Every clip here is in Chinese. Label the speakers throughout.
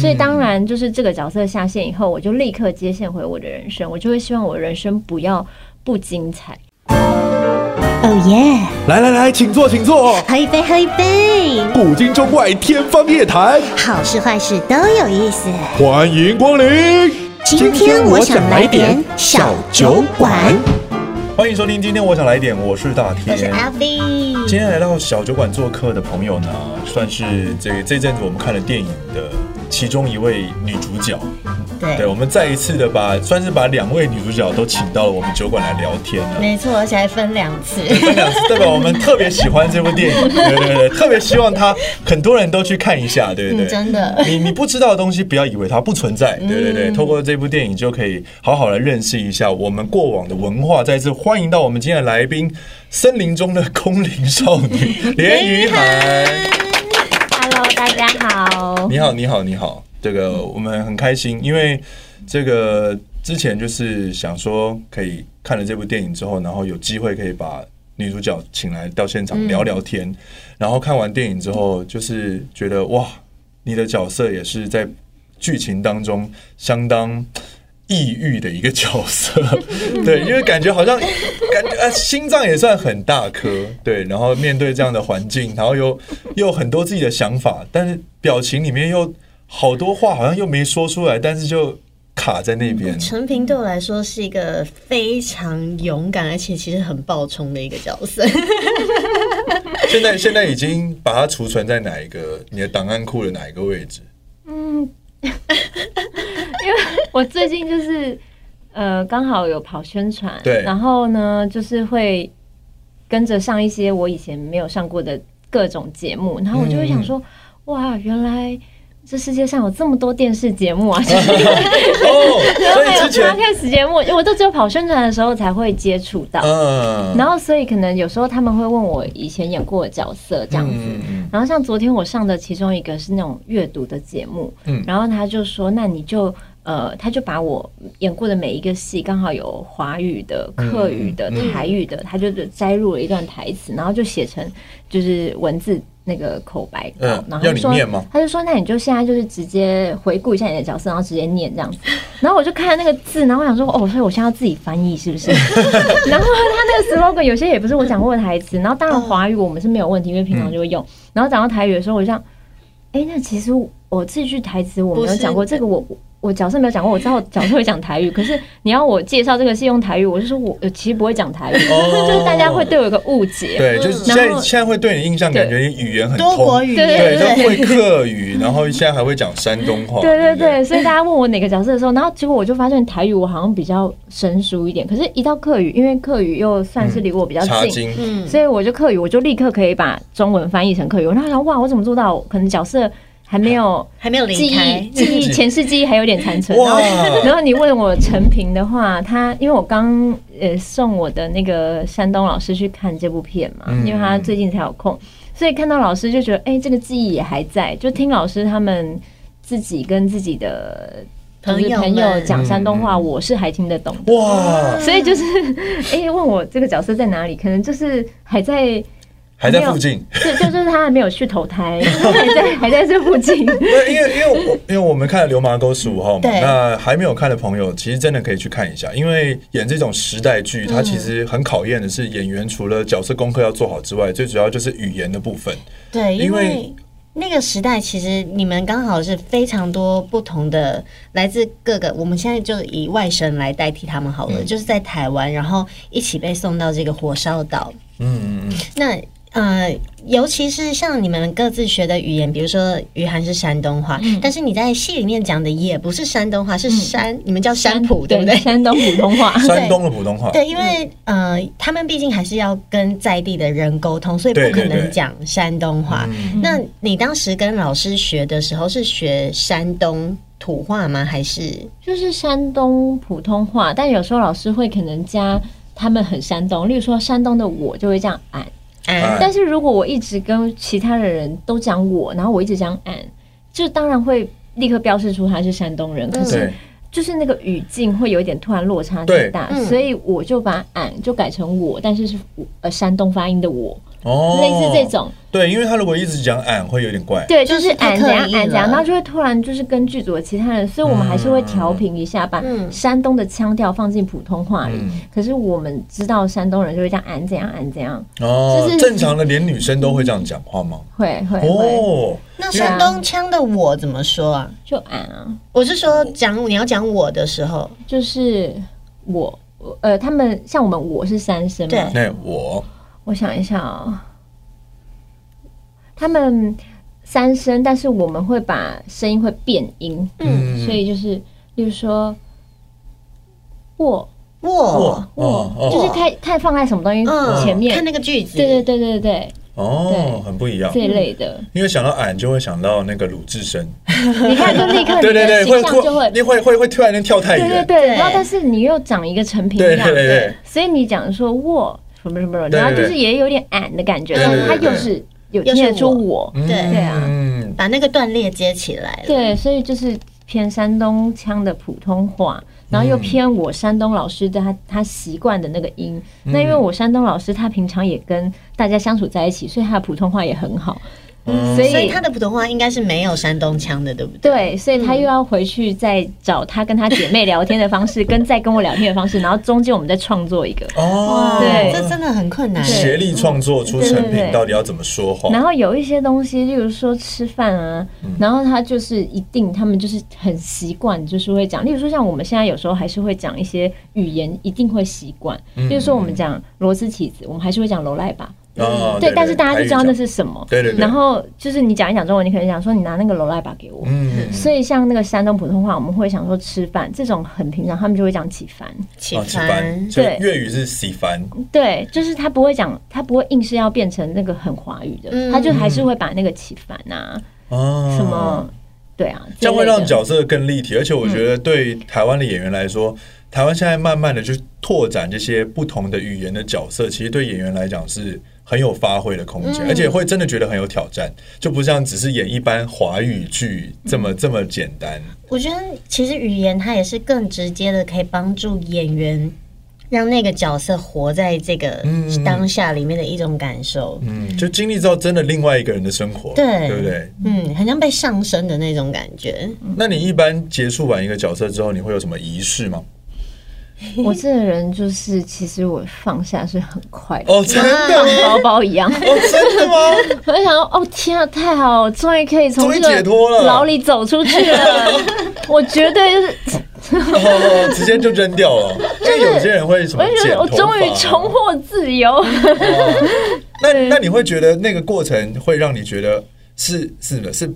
Speaker 1: 所以当然就是这个角色下线以后，我就立刻接线回我的人生，我就会希望我人生不要不精彩。
Speaker 2: 哦耶！
Speaker 3: 来来来，请坐，请坐。
Speaker 2: 喝一杯，喝一杯，
Speaker 3: 古今中外，天方夜谭，
Speaker 2: 好事坏事都有意思。
Speaker 3: 欢迎光临。
Speaker 2: 今天我想来点小酒馆。
Speaker 3: 欢迎收听，今天我想来点，我是大
Speaker 2: 我是
Speaker 3: 天。
Speaker 2: 阿 V，
Speaker 3: 今天来到小酒馆做客的朋友呢，算是这这阵子我们看了电影的其中一位女主角。对，
Speaker 2: 对，
Speaker 3: 我们再一次的把算是把两位女主角都请到了我们酒馆来聊天了。
Speaker 2: 没错，而且还分两 次。
Speaker 3: 这两次代表我们特别喜欢这部电影，对对对，特别希望它很多人都去看一下，对不对？
Speaker 2: 嗯真的
Speaker 3: 你你不知道的东西，不要以为它不存在，对对对。透过这部电影就可以好好的认识一下我们过往的文化。再次欢迎到我们今天的来宾，森林中的空灵少女连于涵。
Speaker 1: Hello，大家好。
Speaker 3: 你好，你好，你好。这个我们很开心，因为这个之前就是想说，可以看了这部电影之后，然后有机会可以把女主角请来到现场聊聊天。然后看完电影之后，就是觉得哇，你的角色也是在剧情当中相当。抑郁的一个角色， 对，因为感觉好像感觉啊，心脏也算很大颗，对，然后面对这样的环境，然后又又有很多自己的想法，但是表情里面又好多话好像又没说出来，但是就卡在那
Speaker 1: 嗯
Speaker 3: 边。
Speaker 4: 陈平对我来说是一个非常勇敢，而且其实很爆冲的一个角色。
Speaker 3: 现在现在已经把它储存在哪一个你的档案库的哪一个位 置？
Speaker 1: 我最近就是呃，刚好有跑宣传，
Speaker 3: 对
Speaker 1: 然后呢，就是会跟着上一些我以前没有上过的各种节目，然后我就会
Speaker 3: 嗯
Speaker 1: 想说，哇，原来。这世界上有这么多电视节目啊， 就是
Speaker 3: 哦，所以
Speaker 1: 还有
Speaker 3: 之前
Speaker 1: podcast 节目，我都只有跑宣传的时候才会接触到。
Speaker 3: 嗯，
Speaker 1: 然后，所以可能有时候他们会问我以前演过的角色这样子。
Speaker 3: 嗯嗯
Speaker 1: 然后，像昨天我上的其中一个是那种阅读的节目，
Speaker 3: 嗯
Speaker 1: 然后他就说：“那你就呃，他就把我演过的每一个戏，刚好有华语的、客语的、
Speaker 3: 嗯
Speaker 1: 台语的，他就摘录了一段台词，然后就写成就是文字那个口白稿，
Speaker 3: 嗯
Speaker 1: 然后就
Speaker 3: 要你
Speaker 1: 说
Speaker 3: 念吗
Speaker 1: 他就说：“那你就现在就是直接回顾一下你的角色，然后直接念这样子。”然后我就看那个字，然后我想说：“哦，所以我现在要自己翻译是不 是？”然后他那个 slogan 有些也不是我讲过的台词，然后当
Speaker 4: 哦
Speaker 1: 然华语我们是没有问题，因为平
Speaker 3: 嗯
Speaker 1: 常就会用。然后讲到台语的时候，我就想，哎，那其实我这句台词我没有讲过，
Speaker 4: 不是
Speaker 1: 这个我我我角色没有讲过，我知道我角色会讲台语，可是你要我介绍这个是用台语，我就说我我其实不会讲台语，
Speaker 3: 哦
Speaker 1: 就是大家会对我有个误解。
Speaker 3: 对，就是现在
Speaker 1: 然后
Speaker 3: 现在会对你印象感觉你语言很
Speaker 4: 多国
Speaker 3: 通，
Speaker 4: 语
Speaker 3: 对，
Speaker 4: 言，
Speaker 3: 就会客语，然后现在还会讲山东话，
Speaker 1: 对对
Speaker 3: 不
Speaker 1: 对，所以大家问我哪个角色的时候，然后结果我就发现台语我好像比较生疏一点，可是，一到客语，因为客语又算是离我比较
Speaker 3: 查
Speaker 1: 近，
Speaker 3: 经，
Speaker 4: 嗯，
Speaker 1: 所以我就客语，我就立刻可以把中文翻译成客语。我那时候想，哇，我怎么做到？可能角色还没有
Speaker 4: 还没有
Speaker 1: 记
Speaker 4: 离开
Speaker 1: 忆，，记忆前世记忆还有点残存。然
Speaker 3: 哇
Speaker 1: 后，然后你问我陈平的话，他因为我刚呃送我的那个山东老师去看这部片嘛，
Speaker 3: 嗯
Speaker 1: 因为他最近才有空，所以看到老师就觉得，哎、这个记忆也还在。就听老师他们自己跟自己的就是
Speaker 4: 朋友
Speaker 1: 朋友
Speaker 4: 们
Speaker 1: 讲山东话，
Speaker 3: 嗯
Speaker 1: 我是还听得懂的。
Speaker 3: 哇，
Speaker 1: 所以就是， 哎、问我这个角色在哪里，可能就是还在。
Speaker 3: 还在附近。
Speaker 1: 就 就就是他还没有去投胎，还在还在这附近。
Speaker 3: 对，因为因为我因为我们看了《流麻沟十五号》嘛，
Speaker 4: 对
Speaker 3: 那还没有看的朋友，其实真的可以去看一下，因为演这种时代剧，它其实很考验的是演员除了角色功课要做好之外，最主要就是语言的部分。
Speaker 4: 对，
Speaker 3: 因
Speaker 4: 因
Speaker 3: 为
Speaker 4: 为那个时代其实你们刚好是非常多不同的，来自各个，我们现在就以外省来代替他们好
Speaker 3: 嗯
Speaker 4: 了，就是在台湾，然后一起被送到这个火烧岛，
Speaker 3: 嗯嗯
Speaker 4: 那呃，尤其是像你们各自学的语言，比如说于涵是山东话，
Speaker 1: 嗯
Speaker 4: 但是你在戏里面讲的也不是山东话，是山，你们叫山普，对不对？
Speaker 1: 山东普通话。
Speaker 3: 嗯，山东的普通话，
Speaker 4: 对，因为
Speaker 1: 嗯
Speaker 4: 呃，他们毕竟还是要跟在地的人沟通，所以不
Speaker 3: 对
Speaker 4: 可
Speaker 3: 对对
Speaker 4: 能讲山东话。
Speaker 1: 嗯
Speaker 4: 那你当时跟老师学的时候是学山东土话吗？还是
Speaker 1: 就是山东普通话，但有时候老师会可能加他们很山东，例如说山东的我就会这样俺，
Speaker 3: 哎
Speaker 4: 啊？
Speaker 1: 但是如果我一直跟其他的人都讲我，然后我一直讲俺，就当然会立刻标示出他是山东人，可是
Speaker 3: 对，
Speaker 1: 就是那个语境会有一点突然落差太大，
Speaker 4: 对嗯
Speaker 1: 所以我就把俺就改成我，但是是我呃山东发音的我，
Speaker 3: 哦
Speaker 1: 类似这种。
Speaker 3: 对，因为他如果一直讲俺，会有点怪。
Speaker 1: 对，就是
Speaker 4: 就是太
Speaker 1: 俺
Speaker 4: 刻
Speaker 1: 怎样
Speaker 4: 意
Speaker 1: 俺怎样，
Speaker 4: 了
Speaker 1: 然后就会突然就是跟剧组的其他人，所以我们还是会调频一下，把
Speaker 4: 嗯
Speaker 1: 山东的腔调放进普通话里
Speaker 3: 嗯。
Speaker 1: 可是我们知道山东人就会讲俺怎样俺怎样，
Speaker 3: 哦
Speaker 1: 就，是
Speaker 3: 正常的连女生都会这样讲话吗？
Speaker 1: 会会会，
Speaker 3: 哦，
Speaker 4: 那山东腔的我怎么说啊？
Speaker 1: 就俺啊，
Speaker 4: 我是说讲你要讲我的时候，
Speaker 1: 就是我我呃，他们像我们我是三声嘛
Speaker 4: 对，
Speaker 3: 那我
Speaker 1: 我想一下哦，他们三声，但是我们会把声音会变音，
Speaker 3: 嗯
Speaker 1: 所以就是，例如说，我
Speaker 4: 我
Speaker 3: 我哦哦
Speaker 1: 嗯就是太太放在什么东西
Speaker 4: 嗯
Speaker 1: 前面，
Speaker 4: 看那个句子，
Speaker 1: 对对对对对
Speaker 3: 哦
Speaker 1: 对，
Speaker 3: 很不一样
Speaker 1: 这。一类的，
Speaker 3: 因为想到俺，就会想到那个鲁智深。
Speaker 1: 你看就立刻你
Speaker 3: 嗯对对对，
Speaker 1: 的
Speaker 3: 会
Speaker 1: 形象就
Speaker 3: 突，
Speaker 1: 会，
Speaker 3: 你会会会突然间跳太
Speaker 1: 对对
Speaker 3: 远。
Speaker 1: 对，
Speaker 4: 对
Speaker 1: 然后但是你又长一个陈皮
Speaker 3: 对
Speaker 1: 样，
Speaker 3: 对对对，
Speaker 1: 所以你讲说我什么什么什么，
Speaker 3: 对
Speaker 1: 然后就
Speaker 3: 对
Speaker 1: 是也有点俺的感觉，
Speaker 3: 对
Speaker 1: 但
Speaker 3: 对
Speaker 1: 是他
Speaker 3: 对
Speaker 1: 又是有
Speaker 4: 又
Speaker 1: 听
Speaker 4: 是
Speaker 1: 得出我，
Speaker 4: 我
Speaker 3: 嗯
Speaker 4: 对
Speaker 1: 对啊
Speaker 3: 嗯
Speaker 4: 把那个断裂接起来了。
Speaker 1: 对，所以就是偏山东腔的普通
Speaker 3: 嗯
Speaker 1: 话，然后又偏我山东老师的他他习惯的那个音。
Speaker 3: 嗯
Speaker 1: 那因为我山东老师他平常也跟大家相处在一起，所以他的普通话也很好，
Speaker 3: 嗯
Speaker 1: 所
Speaker 4: 所以
Speaker 1: 以
Speaker 4: 他。的普通话应该是没有山东腔的，对不对？
Speaker 1: 对，所以他又要回去再找他跟他姐妹聊天的方式，跟再跟我聊天的方式，然后中间我们再创作一个，
Speaker 3: 哦，
Speaker 1: 对
Speaker 4: 这真的很困难。
Speaker 1: 对
Speaker 3: 协力创作出成
Speaker 1: 对对
Speaker 3: 品
Speaker 1: 对
Speaker 3: 到底要怎么说话？
Speaker 1: 然后有一些东西，例如说吃饭啊，
Speaker 3: 嗯
Speaker 1: 然后他就是一定，他们就是很习惯，就是会讲。例如说像我们现在有时候还是会讲一些语言，一定会习惯。
Speaker 3: 嗯
Speaker 1: 例如说我们讲螺丝起子，我们还是会讲罗赖吧，
Speaker 3: 哦
Speaker 1: 对，但是大家就知道那。
Speaker 3: 台语
Speaker 1: 是什么。
Speaker 3: 对对对
Speaker 1: 然后就是你讲一讲中文，你可能讲说你拿那个罗赖吧给我。
Speaker 3: 嗯，
Speaker 1: 所以像那个山东普通话，我们会想说吃饭这种很平常，他们就会讲起饭。
Speaker 4: 起
Speaker 3: 哦，
Speaker 4: 翻，
Speaker 3: 所以
Speaker 1: 对
Speaker 3: 粤语是喜翻，
Speaker 1: 对，就是他不会讲，他不会硬是要变成那个很华语的，
Speaker 4: 嗯
Speaker 1: 他就还是会把那个起饭啊。
Speaker 3: 哦，
Speaker 1: 什么，对啊，
Speaker 3: 这样会让
Speaker 1: 脚
Speaker 3: 角色更立体，而且我觉得对台湾的演员来说，台湾现在慢慢的去拓展这些不同的语言的角色，其实对演员来讲是很有发挥的空
Speaker 1: 嗯
Speaker 3: 间，而且会真的觉得很有挑战，就不像只是演一般华语剧这
Speaker 1: 嗯
Speaker 3: 么这么简单。
Speaker 4: 我觉得其实语言它也是更直接的，可以帮助演员让那个角色活在这个
Speaker 3: 嗯
Speaker 4: 当下里面的一种感受。
Speaker 3: 嗯，就经历到真的另外一个人的生活，
Speaker 4: 对
Speaker 3: 对不对？
Speaker 4: 嗯，很像被上升的那种感觉。
Speaker 1: 嗯
Speaker 3: 那你一般结束完一个角色之后，你会有什么仪式 吗？
Speaker 1: 我这个人就是，其实我放下是很快 的，
Speaker 3: 哦，真的
Speaker 1: 像
Speaker 3: 吗？
Speaker 1: 包包一样。
Speaker 3: 哦，真的吗？
Speaker 1: 啊 我就想说，哦天啊，太好了，终于可以从
Speaker 3: 终于
Speaker 1: 这
Speaker 3: 解脱
Speaker 1: 个
Speaker 3: 了
Speaker 1: 牢里走出去 了。我绝对就是，
Speaker 3: 哦，直接就扔掉了。因为有些人会什么
Speaker 1: 我就觉
Speaker 3: 剪
Speaker 1: 得
Speaker 3: 头
Speaker 1: 我
Speaker 3: 发，啊
Speaker 1: 终于重获自由。
Speaker 3: 哦那那你会觉得那个过程会让你觉得是是的是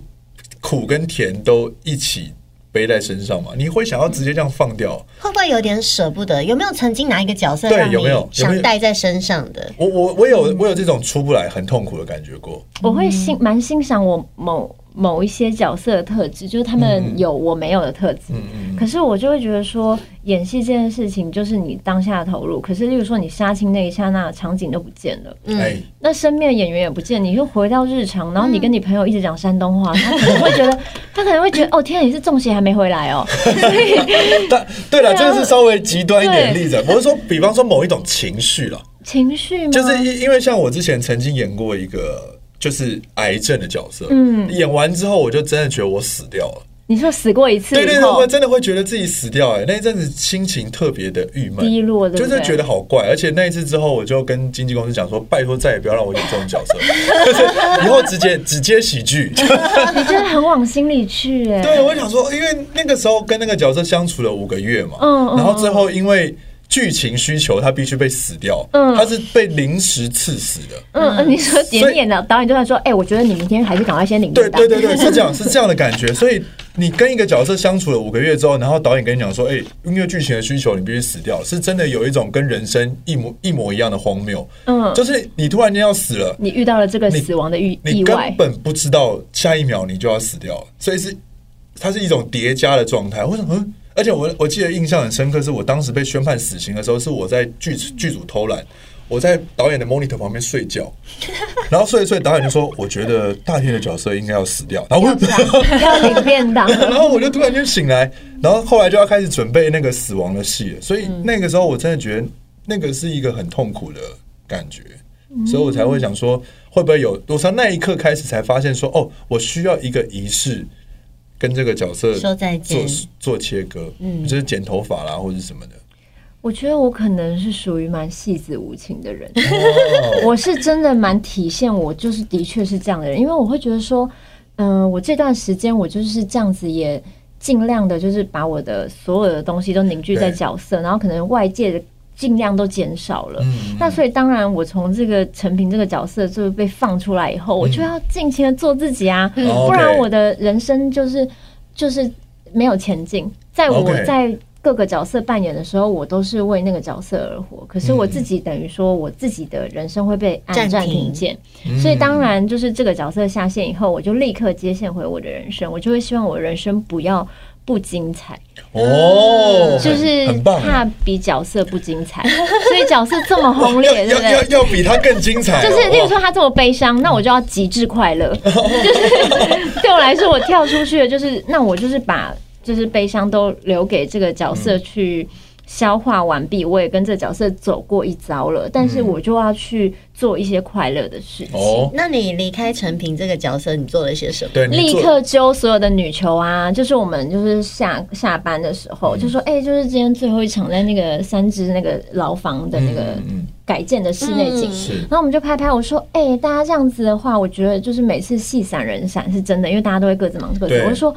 Speaker 3: 苦跟甜都一起背在身上吗？你会想要直接这样放掉？
Speaker 4: 会不会有点舍不得？有没有曾经哪一个角色
Speaker 3: 对
Speaker 4: 让你
Speaker 3: 有没有有没有
Speaker 4: 想带在身上的？
Speaker 3: 我我我有我有这种出不来很痛苦的感觉过。
Speaker 1: 我会
Speaker 3: 嗯
Speaker 1: 欣蛮欣赏我某某一些角色的特质，就是他
Speaker 3: 嗯
Speaker 1: 们有我没有的特质。可是我就会觉得说，演戏这件事情就是你当下的投入，可是例如说你杀青那一刹那，场景都不见了。
Speaker 3: 哎、
Speaker 1: 那身边的演员也不见，你又回到日常，然
Speaker 3: 嗯
Speaker 1: 后你跟你朋友一直讲山东话，他 可能会觉得，他可能会觉得，哦天啊，你是中邪还没回来哦，
Speaker 3: 但对了，
Speaker 1: 对啊
Speaker 3: 这个是稍微极端一点的
Speaker 1: 对嗯
Speaker 3: 例子。我是说，比方说某一种情绪了，
Speaker 1: 情绪吗？
Speaker 3: 就是因因为像我之前曾经演过一个就是癌症的角色，
Speaker 1: 嗯
Speaker 3: 演完之后我就真的觉得我死掉了。
Speaker 1: 你说死过一次
Speaker 3: 对对
Speaker 1: 以
Speaker 3: 对，
Speaker 1: 后
Speaker 3: 我，真的会觉得自己死掉哎、那一阵子心情特别的郁闷、
Speaker 1: 低落对
Speaker 3: 就
Speaker 1: 不对
Speaker 3: 是觉得好怪。而且那一次之后，我就跟经纪公司讲说，拜托再也不要让我演这种角 色，就是以后直接只接喜剧。
Speaker 1: 你真的很往心里去哎、
Speaker 3: 对，我想说，因为那个时候跟那个角色相处了五个月嘛，
Speaker 1: 嗯嗯
Speaker 3: 然后最后因为剧情需求，他必须被死掉，
Speaker 1: 嗯
Speaker 3: 他是被临时刺死的。
Speaker 1: 嗯嗯，你说点点的导演就在说，哎、我觉得你明天还是赶快先领
Speaker 3: 对
Speaker 1: 便当
Speaker 3: 对对对，是这样，是这样的感觉。所以你跟一个角色相处了五个月之后，然后导演跟你讲说：“哎、因为剧情的需求，你必须死掉。”是真的有一种跟人生一模一模一样的荒谬。
Speaker 1: 嗯
Speaker 3: 就是你突然间要死了，
Speaker 1: 你遇到了这个死亡的意
Speaker 3: 你
Speaker 1: 意
Speaker 3: 根
Speaker 1: 外，
Speaker 3: 本不知道下一秒你就要死掉了，所以是它是一种叠加的状态。我想，嗯，而且我我记得印象很深刻，是我当时被宣判死刑的时候，是我在剧剧组偷懒。我在导演的 monitor 旁边睡觉，然后睡一睡，导演就说：“我觉得大天的角色应该要死掉。”然后 我
Speaker 1: 要领便当。
Speaker 3: 然后我就突然间醒来，然后后来就要开始准备那个死亡的戏了，所以那个时候我真的觉得那个是一个很痛苦的感觉。
Speaker 1: 嗯
Speaker 3: 所以我才会想说，会不会有？我从那一刻开始才发现说，哦，我需要一个仪式，跟这个角色
Speaker 4: 说再
Speaker 3: 做
Speaker 4: 见
Speaker 3: 做切割，嗯，就是剪头发啦，或者什么的。
Speaker 1: 我觉得我可能是属于蛮戏子无情的 人，
Speaker 3: 哦
Speaker 1: 我是真的蛮体现我就是的确是这样的人，因为我会觉得说，嗯、我这段时间我就是这样子也。尽量的，就是把我的所有的东西都凝聚在
Speaker 3: 对
Speaker 1: 角色，然后可能外界的尽量都减少了。
Speaker 3: 嗯，
Speaker 1: 那所以当然，我从这个陈平这个角色就是被放出来以后，我就要尽情的做自己啊，
Speaker 3: 嗯 OK
Speaker 1: 不然我的人生就是就是没有前进。在我
Speaker 3: OK
Speaker 1: 在各个角色扮演的时候，我都是为那个角色而活，可是我自己等于说我自己的人生会被按
Speaker 4: 暂
Speaker 1: 暂
Speaker 4: 停
Speaker 1: 停键，
Speaker 3: 嗯
Speaker 1: 所以当然就是这个角色下线以后，我就立刻接线回我的人生，我就会希望我人生不要。不精彩，
Speaker 3: 哦，
Speaker 1: 就是
Speaker 3: 很棒哦
Speaker 1: 怕比角色不精彩，所以角色这 么轰
Speaker 3: 要
Speaker 1: 烈，对
Speaker 3: 要
Speaker 1: 不对
Speaker 3: 要？要比他更精彩哦，
Speaker 1: 就是，例如说
Speaker 3: 哇，
Speaker 1: 他这么悲伤，那我就要极致快 乐。就是对我来说，我跳出去的就是，那我就是把就是悲伤都留给这个角
Speaker 3: 嗯
Speaker 1: 色去消化完毕。我也跟这个角色走过一遭了，但是我就要去做一些快乐的事情。
Speaker 3: 嗯哦，
Speaker 4: 那你离开陈平这个角色，你做了些什么？
Speaker 3: 对，你
Speaker 1: 立
Speaker 3: 做
Speaker 1: 刻揪所有的女球啊，就是我们就是下下班的时
Speaker 3: 嗯
Speaker 1: 候，就说哎、就是今天最后一场在那个三只那个牢房的那个
Speaker 3: 嗯嗯
Speaker 1: 改建的室内景
Speaker 4: 嗯
Speaker 3: 是
Speaker 1: 然后我们就拍拍我说：“哎、大家这样子的话，我觉得就是每次戏散人散是真的，因为大家都会各自忙各自。”
Speaker 3: 对
Speaker 1: 我就说。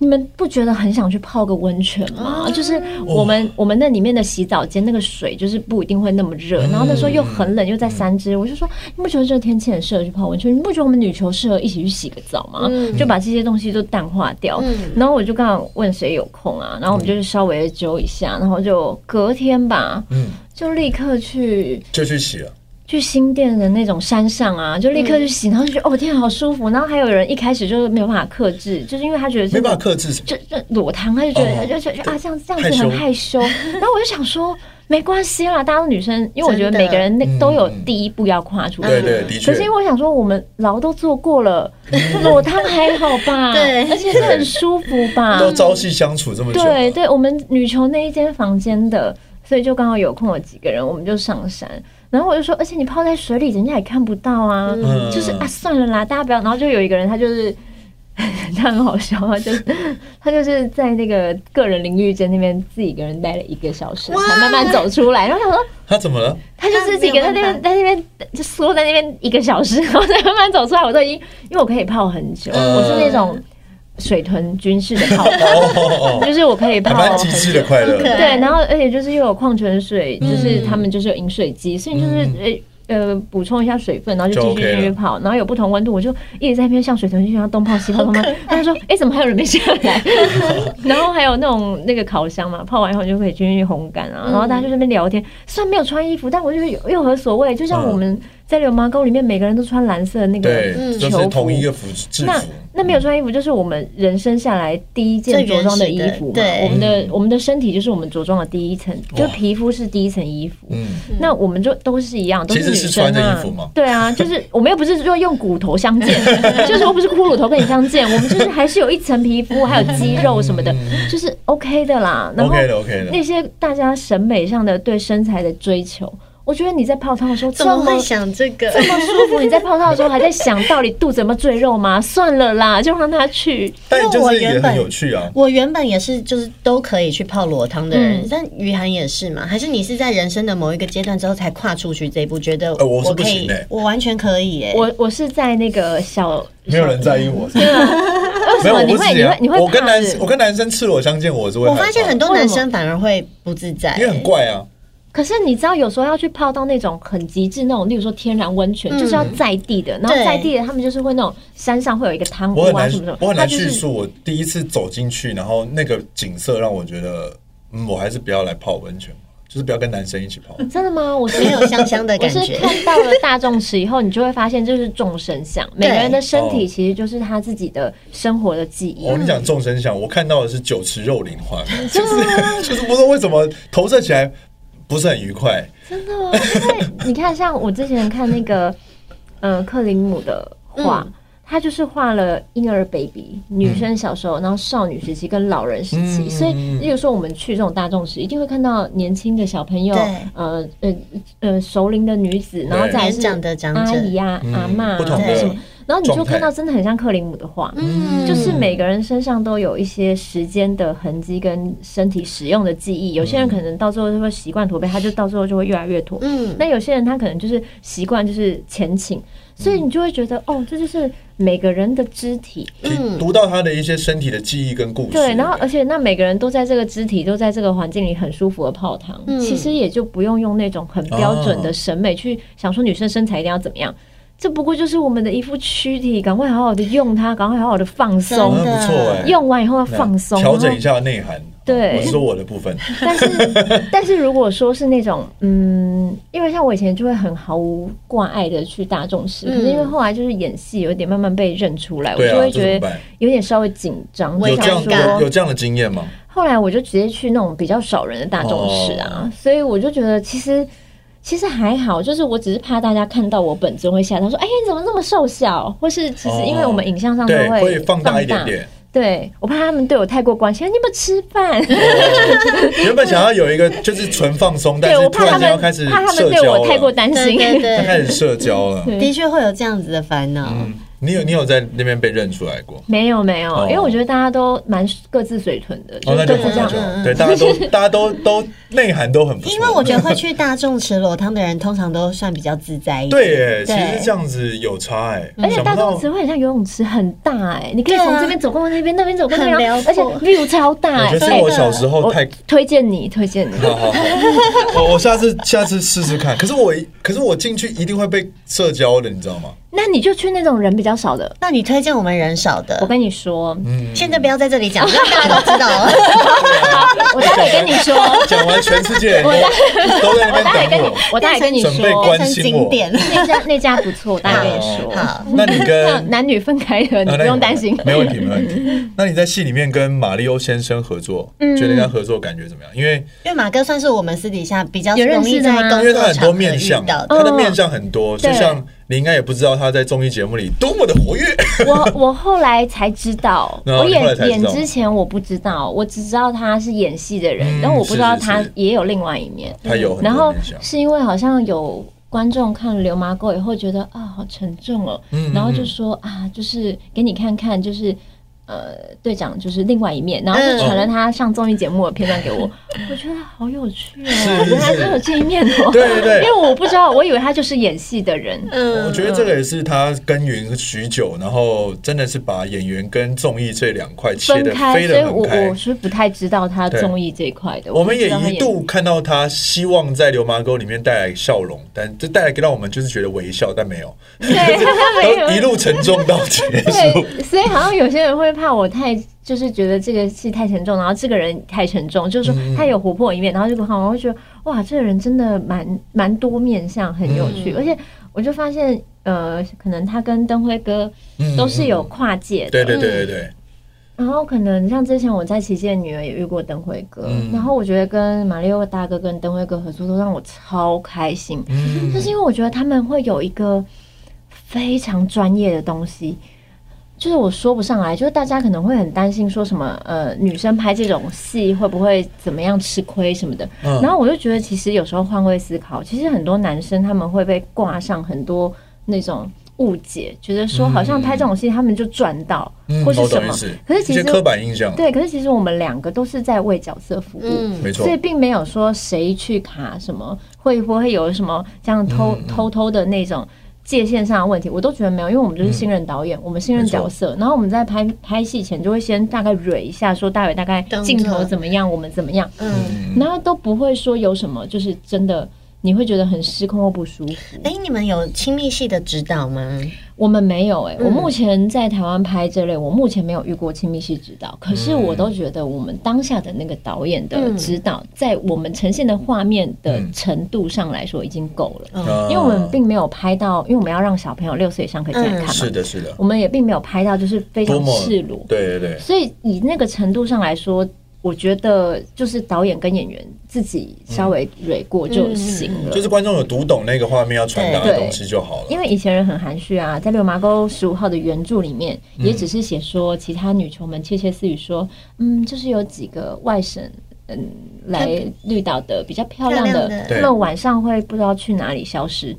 Speaker 1: 你们不觉得很想去泡个温泉吗？就是我们、我们那里面的洗澡间那个水就是不一定会那么热，然后那时候又很冷，又在三只，我就说你不觉得这个天气很适合去泡温泉？你不觉得我们女球适合一起去洗个澡吗？就把这些东西都淡化掉。然后我就刚好问谁有空啊，然后我们就是稍微揪一下，然后就隔天吧，
Speaker 3: 嗯
Speaker 1: 就立刻去
Speaker 3: 就去洗了，
Speaker 1: 去新店的那种山上啊，就立刻
Speaker 3: 嗯
Speaker 1: 去洗，然后就觉得哦天啊，好舒服。然后还有人一开始就是没有办法克制，就是因为他觉得
Speaker 3: 没
Speaker 1: 这
Speaker 3: 办法
Speaker 1: 个
Speaker 3: 克制什么，
Speaker 1: 就就裸汤，他就觉得、
Speaker 3: 哦
Speaker 1: 他就觉得啊这样这样
Speaker 3: 害
Speaker 1: 子
Speaker 3: 羞
Speaker 1: 很害羞。然后我就想说没关系啦，大家都女生，因为我觉得
Speaker 4: 真的
Speaker 1: 每个人那
Speaker 3: 嗯
Speaker 1: 都有第一步要跨出去。
Speaker 3: 对对，的确
Speaker 1: 可是因为我想说，我们牢都做过 了，裸汤还好吧？
Speaker 4: 对
Speaker 1: 而且是很舒服吧？
Speaker 3: 都朝夕相处这么久了，
Speaker 1: 嗯对对，我们女球那一间房间的，所以就刚好有空有几个人，我们就上山。然后我就说，而且你泡在水里，人家也看不到啊，
Speaker 3: 嗯
Speaker 1: 就是啊，算了啦，大家不要。然后就有一个人，他就是。 他很好笑啊，就是 他就是在那个个人淋浴间那边自己一个人待了一个小时，才慢慢走出来。然后想说，
Speaker 3: 他怎么了？
Speaker 1: 他就是自己在那
Speaker 4: 没有
Speaker 1: 边
Speaker 4: 办
Speaker 1: 在那边就缩在那边一个小时，然 后再慢慢走出来。我都已经，因为我可以泡很久，
Speaker 3: 嗯
Speaker 1: 我是那种水豚军事的泡法，
Speaker 3: 哦哦哦，
Speaker 1: 就是我可以
Speaker 3: 还
Speaker 1: 泡
Speaker 3: 蛮
Speaker 1: 很
Speaker 3: 极致
Speaker 1: 久。
Speaker 3: 的嗯快
Speaker 4: 很，
Speaker 3: 乐
Speaker 4: 可爱
Speaker 1: 对，然后而且就是又有矿泉水，就是他们就是有饮水机，所以就是呃呃补充一下水分，然后就
Speaker 3: 嗯就
Speaker 1: 继
Speaker 3: OK
Speaker 1: 续
Speaker 3: 了
Speaker 1: 继续泡，然后有不同温度，我就一直在那边像水豚一样东泡西泡东泡。他说：“哎，怎么还有人没下 来？”然后还有那种那个烤箱嘛，泡完以后你就可以进去烘干啊，然后大家就在那边聊天，虽然没有穿衣服，但我就是有又何所谓？就像
Speaker 3: 嗯
Speaker 1: 我们在流氓沟里面，每个人都穿蓝色的那
Speaker 3: 对
Speaker 1: 个，
Speaker 3: 就
Speaker 1: 球
Speaker 3: 是
Speaker 1: 服，
Speaker 3: 同一个服制
Speaker 1: 嗯那
Speaker 3: 服，嗯
Speaker 1: 那没有穿衣服，就是我们人生下来第一件着装的衣服嘛。
Speaker 4: 最原始的对
Speaker 1: 我们
Speaker 3: 嗯
Speaker 1: 的我们的身体就是我们着装的第一层，就皮肤是第一层衣服。
Speaker 3: 嗯，
Speaker 1: 那我们就都是一样，都
Speaker 3: 其实
Speaker 1: 女
Speaker 3: 是
Speaker 1: 生啊。
Speaker 3: 穿着衣服嘛
Speaker 1: 对 啊，就是我们又不是说用骨头相见，就是又不是骷髅头跟你相见，我们就是还是有一层皮肤，还有肌肉什么的，就是 OK 的啦。然后
Speaker 3: 嗯 OK 的，OK 的
Speaker 1: 那些大家审美上的对身材的追求，我觉得你在泡汤的时候
Speaker 4: 怎
Speaker 1: 这
Speaker 4: 么
Speaker 1: 么
Speaker 4: 会想这个？
Speaker 1: 这么舒服，你在泡汤的时候还在想到底肚子有没有赘肉吗？ 算了啦，就让他去。
Speaker 3: 但
Speaker 4: 因为
Speaker 3: 就
Speaker 4: 我
Speaker 3: 是也
Speaker 4: 原
Speaker 3: 很
Speaker 4: 本
Speaker 3: 有趣啊，
Speaker 4: 我原本也是，就是都可以去泡裸汤的人，
Speaker 1: 嗯
Speaker 4: 但于涵也是嘛？还是你是在人生的某一个阶段之后才跨出去这一步，觉得
Speaker 3: 呃我是不
Speaker 4: 可以，
Speaker 3: 行欸
Speaker 4: 我完全可以哎、
Speaker 1: 我我是在那个小，
Speaker 3: 没有人在 意我，
Speaker 1: 为
Speaker 3: 啊
Speaker 1: 什
Speaker 3: 没有，
Speaker 1: 么
Speaker 3: 我
Speaker 1: 你
Speaker 3: 不
Speaker 1: 会
Speaker 3: 是
Speaker 1: 你
Speaker 3: 这样
Speaker 1: 会你会
Speaker 3: 我跟
Speaker 1: 怕
Speaker 3: 男
Speaker 1: 是
Speaker 3: 我跟男生赤裸相见，我是会
Speaker 4: 我
Speaker 3: 害怕，
Speaker 4: 发现很多
Speaker 1: 为什
Speaker 4: 男
Speaker 1: 么
Speaker 4: 生反而会不自在、
Speaker 3: 因为很怪啊，
Speaker 1: 可是你知道，有时候要去泡到那种很极致那种，例如说天然温泉，
Speaker 3: 嗯
Speaker 1: 就是要在地的，然后
Speaker 4: 对
Speaker 1: 在地的他们就是会那种山上会有一个汤屋
Speaker 3: 我很
Speaker 1: 啊什么什
Speaker 3: 难
Speaker 1: 么，，
Speaker 3: 我很
Speaker 1: 他
Speaker 3: 难
Speaker 1: 就
Speaker 3: 叙
Speaker 1: 是
Speaker 3: 述我第一次走进去，然后那个景色让我觉得，嗯，我还是不要来泡温泉，就是不要跟男生一起泡。
Speaker 1: 真的吗？我是
Speaker 4: 没有香香的
Speaker 1: 我
Speaker 4: 感
Speaker 1: 是
Speaker 4: 觉。
Speaker 1: 看到了大众池以后，你就会发现就是众生相，每个人的身
Speaker 3: 哦
Speaker 1: 体其实就是他自己的生活的记忆。
Speaker 3: 我哦跟你讲众生相，我看到的是酒池肉林画面，就是 就是不知道为什么投射起来不是很愉快。
Speaker 1: 真的 吗？因为你看，像我之前看那个，呃，克林姆的画，他就是画了婴儿 baby 女生小时候，然后少女时期跟老人时期，
Speaker 3: 嗯
Speaker 1: 所以例如说我们去这种大众池，一定会看到年轻的小朋友
Speaker 4: 对，
Speaker 1: 呃呃呃熟龄的女子，然后再来
Speaker 4: 年
Speaker 1: 是
Speaker 4: 长的长
Speaker 1: 阿
Speaker 4: 者，
Speaker 1: 姨啊、阿嬷啊
Speaker 3: 嗯不同
Speaker 1: 什
Speaker 3: 的
Speaker 1: 么，然后你就
Speaker 3: 状态
Speaker 1: 看到真的很像克林姆的画，
Speaker 4: 嗯
Speaker 1: 就是每个人身上都有一些时间的痕迹跟身体使用的记忆，
Speaker 3: 嗯
Speaker 1: 有些人可能到最后就会习惯驼背，他就到最后就会越来越驼。
Speaker 4: 嗯
Speaker 1: 那有些人他可能就是习惯就是前倾，所以你就会觉得哦，这就是每个人的肢体
Speaker 3: 听读到他的一些身体的记忆跟故事。
Speaker 1: 嗯对，然后而且那每个人都在这个肢体都在这个环境里很舒服的泡汤，
Speaker 4: 嗯
Speaker 1: 其实也就不用用那种很标准的审美去想说女生身材一定要怎么样。这不过就是我们的一副躯体，赶快好好的用它，赶快好好的放松
Speaker 3: 好，像不错哎、
Speaker 1: 用完以后要呃放松，
Speaker 3: 调整一
Speaker 1: 下。
Speaker 3: 下内涵。哦
Speaker 1: 对
Speaker 3: 我是说我的部分。
Speaker 1: 但是， 但是如果说是那种，嗯，因为像我以前就会很毫无挂碍的去大众室，
Speaker 4: 嗯
Speaker 1: 可是因为后来就是演戏有点慢慢被认出来，我
Speaker 3: 对
Speaker 1: 就
Speaker 3: 啊，
Speaker 1: 会
Speaker 3: 这
Speaker 1: 觉
Speaker 3: 怎么
Speaker 1: 得
Speaker 3: 办？
Speaker 1: 有点稍微紧张。
Speaker 4: 我
Speaker 1: 就
Speaker 4: 也
Speaker 3: 有这
Speaker 1: 想
Speaker 3: 样
Speaker 4: 尴尬
Speaker 1: 说，
Speaker 3: 有有这样的经验吗？
Speaker 1: 后来我就直接去那种比较少人的大众室
Speaker 3: 哦
Speaker 1: 啊，所以我就觉得其实。其实还好，就是我只是怕大家看到我本尊会吓到，说：“哎、你怎么这么瘦小？”或是其实因为我们影像上都
Speaker 3: 对，会放
Speaker 1: 放
Speaker 3: 大一点点。
Speaker 1: 对我怕他们对我太过关心，你有没有吃饭？
Speaker 3: 原本想要有一个就是纯放松，哦但
Speaker 1: 对
Speaker 3: 是
Speaker 1: 我
Speaker 3: 突
Speaker 1: 怕他
Speaker 3: 然间要
Speaker 1: 们
Speaker 3: 开始
Speaker 1: 怕他
Speaker 3: 社
Speaker 1: 们对
Speaker 3: 交
Speaker 1: 我太过
Speaker 3: 了，
Speaker 1: 担
Speaker 4: 对
Speaker 1: 心。
Speaker 4: 对
Speaker 3: 他开
Speaker 4: 对，
Speaker 3: 始嗯社交了。
Speaker 1: 对
Speaker 4: 的确会有这样子的烦恼。
Speaker 3: 你有你有在那边被认出来过？
Speaker 1: 没有没有，
Speaker 3: 哦
Speaker 1: 因为我觉得大家都蛮各自水豚的，
Speaker 3: 哦，
Speaker 1: 就
Speaker 3: 那
Speaker 1: 是
Speaker 3: 就
Speaker 1: 各
Speaker 3: 好，
Speaker 1: 自这
Speaker 3: 那
Speaker 1: 样
Speaker 3: 就。好
Speaker 4: 嗯。
Speaker 3: 对，大家都大家都都内涵都很不错。
Speaker 4: 因为我觉得会去大众吃裸汤的人，通常都算比较自在一点。
Speaker 3: 对耶，其
Speaker 4: 对
Speaker 3: 实这样子有差哎，
Speaker 1: 而且
Speaker 3: 想
Speaker 1: 大
Speaker 3: 不到
Speaker 1: 众池会很像游泳池，很大哎、你可以
Speaker 4: 对啊
Speaker 1: 从这边走过那边，那边走过那边，然
Speaker 4: 很
Speaker 1: 后而
Speaker 4: 辽
Speaker 1: 且
Speaker 4: 阔
Speaker 1: view 超大
Speaker 3: 我
Speaker 1: 哎、
Speaker 3: 觉得是
Speaker 1: 哎
Speaker 3: 我小时候
Speaker 1: 我
Speaker 3: 哦太
Speaker 1: 推荐你，推荐你。
Speaker 3: 好好好， 我我下次下次试试看。可是我可是我进去一定会被社交的，你知道吗？
Speaker 1: 那你就去那种人比较少的。
Speaker 4: 那你推荐我们人少
Speaker 3: 呃
Speaker 1: 我
Speaker 4: 的，
Speaker 1: 跟你 说，
Speaker 4: 现在不要在这里讲，让大家都知道哦了。
Speaker 1: 我待会跟你 说，
Speaker 3: 讲完全世界人都都在
Speaker 1: 我待
Speaker 3: 那
Speaker 1: 会跟
Speaker 3: 边等
Speaker 1: 你
Speaker 3: 我。，
Speaker 1: 我待会跟你
Speaker 3: 准备
Speaker 1: 说，
Speaker 3: 关
Speaker 4: 变成
Speaker 3: 心
Speaker 4: 景
Speaker 3: 我
Speaker 4: 点。
Speaker 1: 那家那家不 错，我待会跟你说。
Speaker 4: 哦好，
Speaker 3: 那你
Speaker 1: 那
Speaker 3: 跟
Speaker 1: 男女分开的，你不
Speaker 3: 啊那
Speaker 1: 用担心。
Speaker 3: 没问题，没问题。那你在戏里面跟马里欧先生合作，觉得跟他合作感觉怎么样？因为
Speaker 4: 因为马哥算是我们私底下比较
Speaker 1: 有认
Speaker 4: 容易
Speaker 1: 识的
Speaker 4: 在
Speaker 1: 吗哦
Speaker 4: 工
Speaker 3: 因为他
Speaker 4: 作
Speaker 3: 很
Speaker 4: 场
Speaker 3: 多
Speaker 4: 合嗯
Speaker 3: 面
Speaker 4: 遇
Speaker 3: 相，
Speaker 4: 到的。
Speaker 3: 他的面相很多，就
Speaker 1: 对
Speaker 3: 像你应该也不知道他在综艺节目里多么的活跃。
Speaker 1: 我我后来才知道，
Speaker 3: 哦
Speaker 1: 我演
Speaker 3: 你后来才知道
Speaker 1: 演之前我不知道，我只知道他是演戏的人，
Speaker 3: 嗯
Speaker 1: 然后我不知道他
Speaker 3: 是是是
Speaker 1: 也有另外一面。
Speaker 3: 他有很
Speaker 1: 然
Speaker 3: 多
Speaker 1: 后
Speaker 3: 面相，
Speaker 1: 是因为好像有观众看《了《流麻沟》以后觉得啊好沉重哦，
Speaker 3: 嗯
Speaker 1: 然后
Speaker 3: 嗯
Speaker 1: 就说啊就是给你看看就是。呃，队长就是另外一面，然后就传了他上综艺节目的片段给我，我觉得好有趣哦，
Speaker 3: 是
Speaker 1: 原来他有这一面哦。
Speaker 3: 对对对
Speaker 1: 因为我不知道，我以为他就是演戏的人。
Speaker 4: 嗯
Speaker 3: 我觉得这个也是他耕耘许久，然后真的是把演员跟综艺这两块切
Speaker 1: 分
Speaker 3: 的
Speaker 1: 开，
Speaker 3: 飞
Speaker 1: 所以
Speaker 3: 得
Speaker 1: 我
Speaker 3: 很
Speaker 1: 我
Speaker 3: 开。
Speaker 1: 是不太知道他
Speaker 3: 对
Speaker 1: 综艺这一块的。
Speaker 3: 我们
Speaker 1: 不知
Speaker 3: 也
Speaker 1: 道他
Speaker 3: 一
Speaker 1: 演
Speaker 3: 度看到他希望在《流麻沟》里面带来笑容，但这带来给到我们就是觉得微笑，但没有，
Speaker 1: 对，
Speaker 3: 都一路沉重到结 束。
Speaker 1: 对，所以好像有些人会怕我太，就是觉得这个戏太沉重，然后这个人太沉重，就是
Speaker 3: 嗯
Speaker 1: 说他有活泼的一面，然后就看我会觉得哇，这个人真的蛮蛮多面相，很有
Speaker 3: 嗯
Speaker 1: 趣，而且我就发现呃，可能他跟灯辉哥
Speaker 3: 嗯
Speaker 1: 都是有跨界的
Speaker 3: 对，对对对对，
Speaker 1: 然后可能像之前我在《旗舰女儿》也遇过灯辉哥，
Speaker 3: 嗯
Speaker 1: 然后我觉得跟马里奥大哥跟灯辉哥合作都让我超开心，
Speaker 3: 嗯
Speaker 1: 就是因为我觉得他们会有一个非常专业的东西，就是我说不上来，就是大家可能会很担心说什么呃女生拍这种戏会不会怎么样吃亏什么的，
Speaker 3: 嗯
Speaker 1: 然后我就觉得其实有时候换位思考，其实很多男生他们会被挂上很多那种。误解，觉得说好像拍这种戏他们就赚到，
Speaker 3: 嗯
Speaker 1: 或是
Speaker 3: 我
Speaker 1: 什
Speaker 3: 懂意
Speaker 1: 么
Speaker 3: 思，
Speaker 1: 可是其
Speaker 3: 一
Speaker 1: 实
Speaker 3: 些刻板印象，
Speaker 1: 对，可是其实我们两个都是在为角色服务，
Speaker 4: 嗯
Speaker 3: 没错
Speaker 1: 所以。并没有说谁去卡什么，会不会有什么这样偷、
Speaker 3: 嗯
Speaker 1: 偷偷的那种界限上的问题，我都觉得没有，因为我们就是信任导演，我们信任
Speaker 3: 没错
Speaker 1: 角色，然后我们在拍拍戏前就会先大概蕊一下，说大伟大概
Speaker 4: 动作
Speaker 1: 镜头怎么样，我们怎么样，
Speaker 4: 嗯，
Speaker 1: 然后都不会说有什么，就是真的。你会觉得很失控或不舒服？
Speaker 4: 哎，你们有亲密戏的指导吗？
Speaker 1: 我们没有哎、我
Speaker 4: 嗯
Speaker 1: 目前在台湾拍这类，我目前没有遇过亲密式指导，可是我都觉得我们当下的那个导演的
Speaker 4: 嗯
Speaker 1: 指导，在我们呈现的画面的
Speaker 3: 嗯
Speaker 1: 程度上来说已经够了，
Speaker 3: 啊
Speaker 4: 哦
Speaker 1: 因为我们并没有拍到，因为我们要让小朋友六岁以上可以进
Speaker 4: 嗯
Speaker 1: 来看嘛，
Speaker 3: 是的，是的，
Speaker 1: 我们也并没有拍到就是非常
Speaker 3: 多么
Speaker 1: 赤裸，
Speaker 3: 对对对，
Speaker 1: 所以以那个程度上来说，我觉得就是导演跟演员自己稍微蕊过就行了。
Speaker 3: 嗯就是观众有读懂那个画面要传达的东西就好了。
Speaker 1: 因为以前人很含蓄啊，在《六麻沟十五号》的原著里面，也只是写说其他女囚们窃窃私语说，嗯，就是有几个外省嗯来绿岛的比较漂亮
Speaker 4: 漂亮
Speaker 1: 的
Speaker 4: 的，
Speaker 3: 对
Speaker 1: 那晚上会不知道去哪里消失。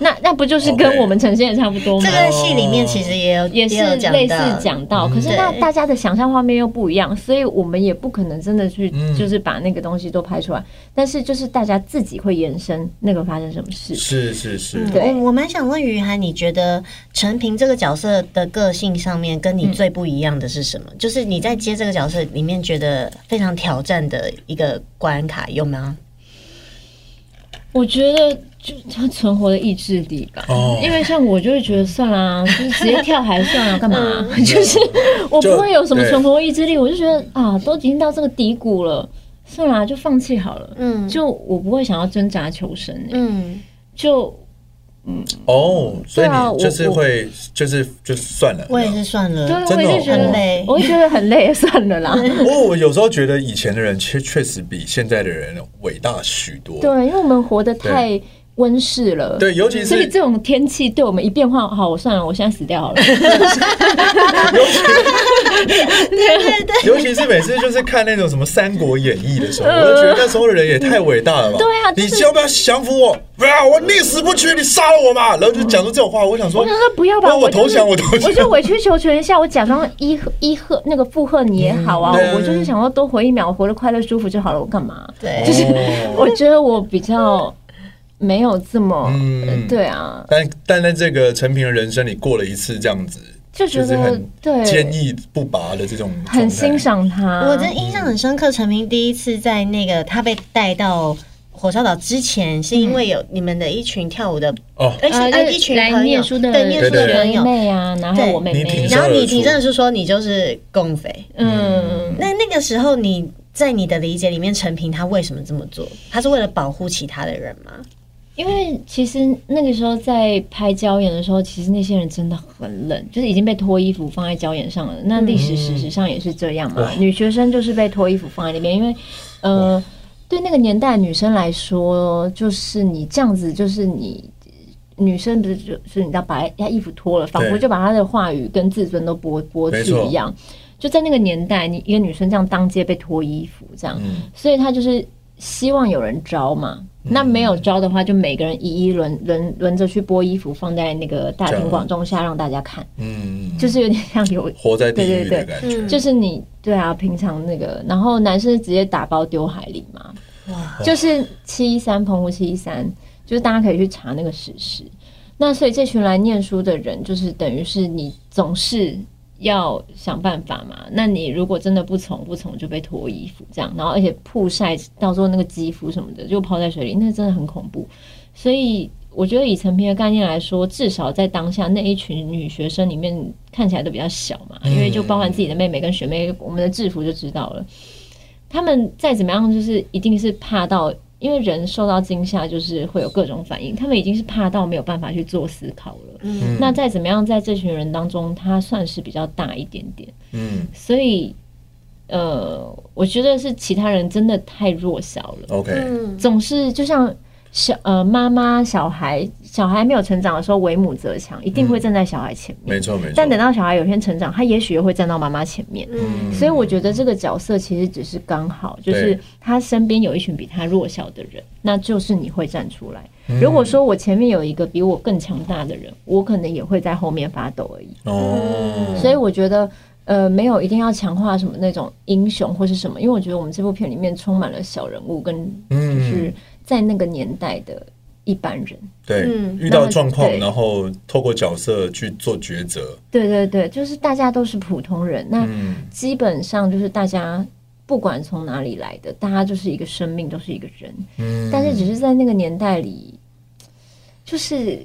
Speaker 1: 那那不就是
Speaker 3: OK
Speaker 1: 跟我们呈现的差不多吗
Speaker 4: 这？个戏里面其实也有
Speaker 1: 哦也是
Speaker 4: 有讲
Speaker 1: 类似
Speaker 4: 到，
Speaker 1: 讲
Speaker 3: 嗯
Speaker 1: 到，可是
Speaker 4: 对
Speaker 1: 那大家的想象画面又不一样，所以我们也不可能真的去
Speaker 3: 嗯
Speaker 1: 就是把那个东西都拍出来，但是就是大家自己会延伸那个发生什么事。
Speaker 3: 是是是，
Speaker 1: 对
Speaker 4: 嗯我我蛮想问于涵，你觉得陈平这个角色的个性上面跟
Speaker 1: 嗯
Speaker 4: 你最不一样的是什么？就是你在接这个角色里面觉得非常挑战的一个关卡有吗？
Speaker 1: 我觉得就他存活的意志力吧，
Speaker 3: 哦
Speaker 1: 因为像我就会觉得算啦、 就是直接跳海算了、干嘛、
Speaker 3: 嗯
Speaker 1: 就是我不会有什么存活意志力，我就觉得啊，都已经到这个低谷了，算啦、就放弃好了。
Speaker 4: 嗯
Speaker 1: 就我不会想要挣扎求生、欸，
Speaker 4: 嗯，
Speaker 1: 就
Speaker 3: 哦，所
Speaker 1: 对
Speaker 3: 以
Speaker 1: 啊
Speaker 3: 你就是
Speaker 1: 我
Speaker 3: 会就是就算了。
Speaker 4: 我也是算了，
Speaker 1: 对，啊
Speaker 3: 嗯真
Speaker 1: 我
Speaker 3: 的哦
Speaker 1: 也就觉
Speaker 4: 很
Speaker 1: 得
Speaker 4: 累
Speaker 1: 我会觉得很累， 算了啦。
Speaker 3: 不过哦我有时候觉得以前的人确确实比现在的人伟大许多。
Speaker 1: 对，因为我们活得太温室了。
Speaker 3: 对尤其是
Speaker 1: 所以这种天气对我们一变化，好，我算了，我现在死掉好 了。
Speaker 3: 尤其是每次就是看那种什么《三国演义》的时候，我就觉得那时候的人也太伟大了
Speaker 1: 呃
Speaker 3: 吧？
Speaker 1: 对啊就
Speaker 3: 你
Speaker 1: 是
Speaker 3: 要不要降服我？不要，我宁死不屈，你杀了我嘛！然后就讲出这种话，我想说，
Speaker 1: 我想说不要吧，
Speaker 3: 我
Speaker 1: 就
Speaker 3: 投
Speaker 1: 是
Speaker 3: 降，我投降
Speaker 1: 我。就委曲求全一下，我假装依和依和那个附和你也好啊，
Speaker 3: 嗯对
Speaker 1: 我就是想要多活一秒，我活得快乐舒服就好了，我干嘛？
Speaker 4: 对，
Speaker 1: 就是
Speaker 3: 哦
Speaker 1: 我觉得我比较没有这么，
Speaker 3: 嗯
Speaker 1: 对啊，
Speaker 3: 但但在这个陈平的人生里过了一次这样子，
Speaker 1: 就觉
Speaker 3: 就是
Speaker 1: 得
Speaker 3: 很坚
Speaker 1: 对，
Speaker 3: 毅不拔的这种状态，
Speaker 1: 很欣赏他。
Speaker 4: 我真印象很深刻，陈明第一次在那个他被带到火烧岛之前，是因为有你们的一群跳舞的，
Speaker 3: 哦。
Speaker 4: 而且
Speaker 1: 嗯呃
Speaker 4: 呃
Speaker 1: 就
Speaker 4: 一群
Speaker 1: 来
Speaker 4: 朋友
Speaker 1: 念书的
Speaker 4: 对念书
Speaker 3: 对
Speaker 4: 的
Speaker 3: 对
Speaker 4: 朋
Speaker 1: 学
Speaker 4: 友。
Speaker 1: 妹啊，然后
Speaker 4: 对
Speaker 1: 我妹
Speaker 3: 你挺
Speaker 1: 妹，
Speaker 4: 然后你提证是说你就是共匪，
Speaker 1: 嗯。
Speaker 4: 那那个时候你在你的理解里面，陈平他为什么这么做？他是为了保护其他的人吗？
Speaker 1: 因为其实那个时候在拍椒盐的时候，其实那些人真的很冷，就是已经被脱衣服放在椒盐上了。那历史事实上也是这样嘛，
Speaker 3: 哇
Speaker 1: 女学生就是被脱衣服放在里面，因为，呃，对那个年代女生来说，就是你这样子，就是你。女生不是就是你知道把她衣服脱了，仿佛
Speaker 3: 对
Speaker 1: 就把她的话语跟自尊都剥剥
Speaker 3: 没
Speaker 1: 去
Speaker 3: 错
Speaker 1: 一样。就在那个年代，你一个女生这样当街被脱衣服这样，
Speaker 3: 嗯
Speaker 1: 所以他就是希望有人招嘛。那没有招的话，就每个人一一轮轮轮着去剥衣服，放在那个大庭广众下让大家看，
Speaker 3: 嗯，
Speaker 1: 就是有点像有，
Speaker 3: 活在地狱的
Speaker 1: 对对对
Speaker 3: 感
Speaker 4: 嗯
Speaker 3: 觉，
Speaker 1: 嗯就是你对啊，平常那个，然后男生直接打包丢海里嘛，就是七一三澎湖七一三，就是大家可以去查那个史实。那所以这群来念书的人，就是等于是你总是要想办法嘛。那你如果真的不从不从，就被脱衣服这样，然后而且曝晒，到时候那个肌肤什么的就泡在水里，那真的很恐怖。所以我觉得以陈平的概念来说，至少在当下那一群女学生里面看起来都比较小嘛，因为就包含自己的妹妹跟学妹，我们的制服就知道了。他们再怎么样，就是一定是怕到，因为人受到惊吓就是会有各种反应，他们已经是怕到没有办法去做思考了。
Speaker 4: 嗯
Speaker 1: 那再怎么样，在这群人当中，他算是比较大一点点，
Speaker 3: 嗯
Speaker 1: 所以，呃，我觉得是其他人真的太弱小了，
Speaker 3: ，OK，
Speaker 4: 嗯，
Speaker 1: 总是就像小呃妈妈小孩，小孩没有成长的时候，为母则强，一定会站在小孩前面。
Speaker 3: 没错没错。
Speaker 1: 但等到小孩有一天成长，他也许也会站到妈妈前面。
Speaker 3: 嗯
Speaker 1: 所以我觉得这个角色其实只是刚好，就是他身边有一群比他弱小的人，那就是你会站出来。
Speaker 3: 嗯
Speaker 1: 如果说我前面有一个比我更强大的人，我可能也会在后面发抖而已。
Speaker 3: 哦，
Speaker 1: 所以我觉得，呃，没有一定要强化什么那种英雄或是什么，因为我觉得我们这部片里面充满了小人物跟
Speaker 3: 嗯
Speaker 1: 就是在那个年代的一般人。
Speaker 3: 对，
Speaker 4: 嗯
Speaker 3: 遇到状况，
Speaker 1: 对
Speaker 3: 然后透过角色去做抉择，
Speaker 1: 对对对，就是大家都是普通人，那
Speaker 3: 嗯，
Speaker 1: 基本上就是大家不管从哪里来的，大家就是一个生命，都是一个人。
Speaker 3: 嗯
Speaker 1: 但是只是在那个年代里，就是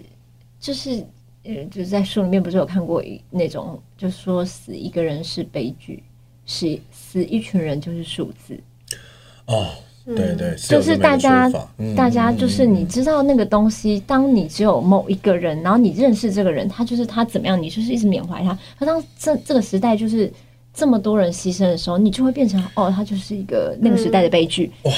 Speaker 1: 就是呃，就是在书里面不是有看过一那种，就是说死一个人是悲剧，死死一群人就是数字，
Speaker 3: 哦，对对，
Speaker 1: 嗯就
Speaker 3: 有这么
Speaker 1: 是
Speaker 3: 一个
Speaker 1: 大家
Speaker 3: 说法嗯
Speaker 1: 大家就是
Speaker 3: 嗯
Speaker 1: 你知道那个东西，当你只有某一个人，然后你认识这个人，他就是他怎么样，你就是一直缅怀他。他当这这个时代就是这么多人牺牲的时候，你就会变成哦，它就是一个那个时代
Speaker 3: 嗯
Speaker 1: 的悲剧。哇，